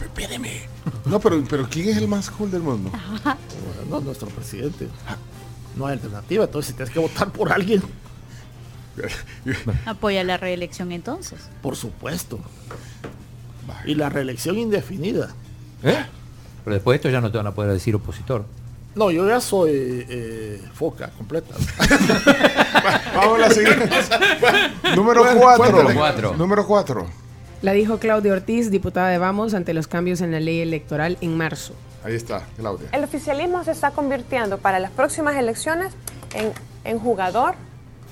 Speaker 4: Espéreme. No, pero, pero ¿quién es el más cool del mundo?
Speaker 26: Ah.
Speaker 14: Bueno, nuestro presidente. No hay alternativa, entonces si tienes que votar por alguien,
Speaker 7: Apoya la reelección entonces.
Speaker 14: por supuesto. Y la reelección indefinida.
Speaker 5: ¿Eh? Pero después de esto ya no te van a poder decir opositor.
Speaker 14: No, yo ya soy eh, foca completa.
Speaker 4: Vamos a la siguiente. Número
Speaker 14: Bueno,
Speaker 4: 4.
Speaker 14: cuéntale. Cuatro.
Speaker 4: Número 4.
Speaker 19: La dijo Claudia Ortiz, diputada de Vamos, ante los cambios en la ley electoral en marzo.
Speaker 4: Ahí está, Claudia.
Speaker 2: El oficialismo se está convirtiendo para las próximas elecciones en, en jugador,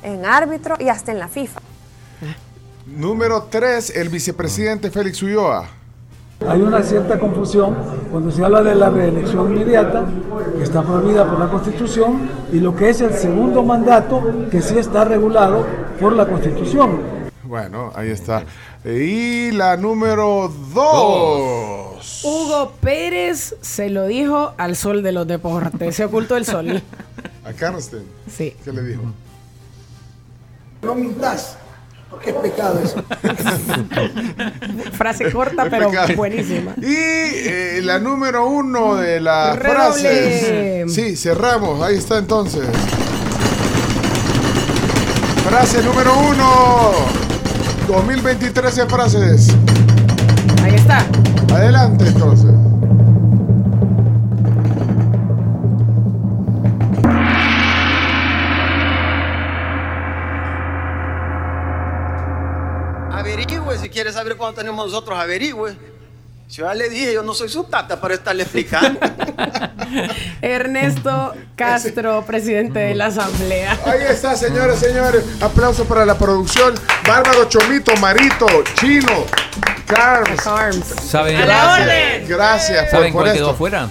Speaker 2: en árbitro y hasta en la FIFA.
Speaker 4: Número 3, el vicepresidente Félix Ulloa.
Speaker 13: Hay una cierta confusión cuando se habla de la reelección inmediata, que está prohibida por la Constitución, y lo que es el segundo mandato, que sí está regulado por la Constitución.
Speaker 4: Bueno, ahí está. Y la número 2.
Speaker 19: Hugo Pérez se lo dijo al sol de los deportes. Se ocultó el sol.
Speaker 4: A Carsten.
Speaker 19: Sí.
Speaker 4: ¿Qué le dijo?
Speaker 20: No mintas, porque es pecado eso.
Speaker 19: Frase corta,
Speaker 4: Es
Speaker 19: pero
Speaker 4: pecado.
Speaker 19: buenísima.
Speaker 4: Y eh, la número uno de las
Speaker 19: Redoble.
Speaker 4: frases. Sí, cerramos. Ahí está entonces. Frase número uno. 2023 de frases.
Speaker 19: Ahí está.
Speaker 4: Adelante entonces.
Speaker 20: Averigüe, si quiere saber cuánto tenemos nosotros, averigüe. Yo ya le dije, yo no soy su tata para estarle explicando.
Speaker 19: Ernesto Castro, presidente de la Asamblea.
Speaker 4: Ahí está, señores, señores. Aplauso para la producción. Bárbaro Chomito, Marito, Chino, Carms.
Speaker 5: ¿Saben? A la
Speaker 4: Gracias.
Speaker 5: orden.
Speaker 4: Gracias por,
Speaker 5: ¿Saben
Speaker 4: por
Speaker 5: cuál quedó
Speaker 4: esto.
Speaker 5: afuera?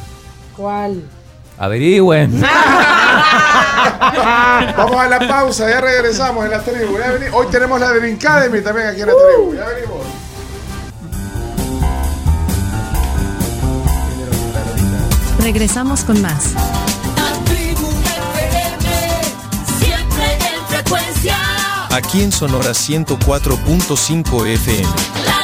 Speaker 19: ¿Cuál?
Speaker 5: Averigüen.
Speaker 4: Vamos a la pausa, ya regresamos en la tribu. Ya veni- Hoy tenemos la de Vincademy también aquí en la tribu. Ya venimos.
Speaker 23: Regresamos con más.
Speaker 26: Siempre en frecuencia.
Speaker 20: Aquí en Sonora 104.5 FM.
Speaker 26: La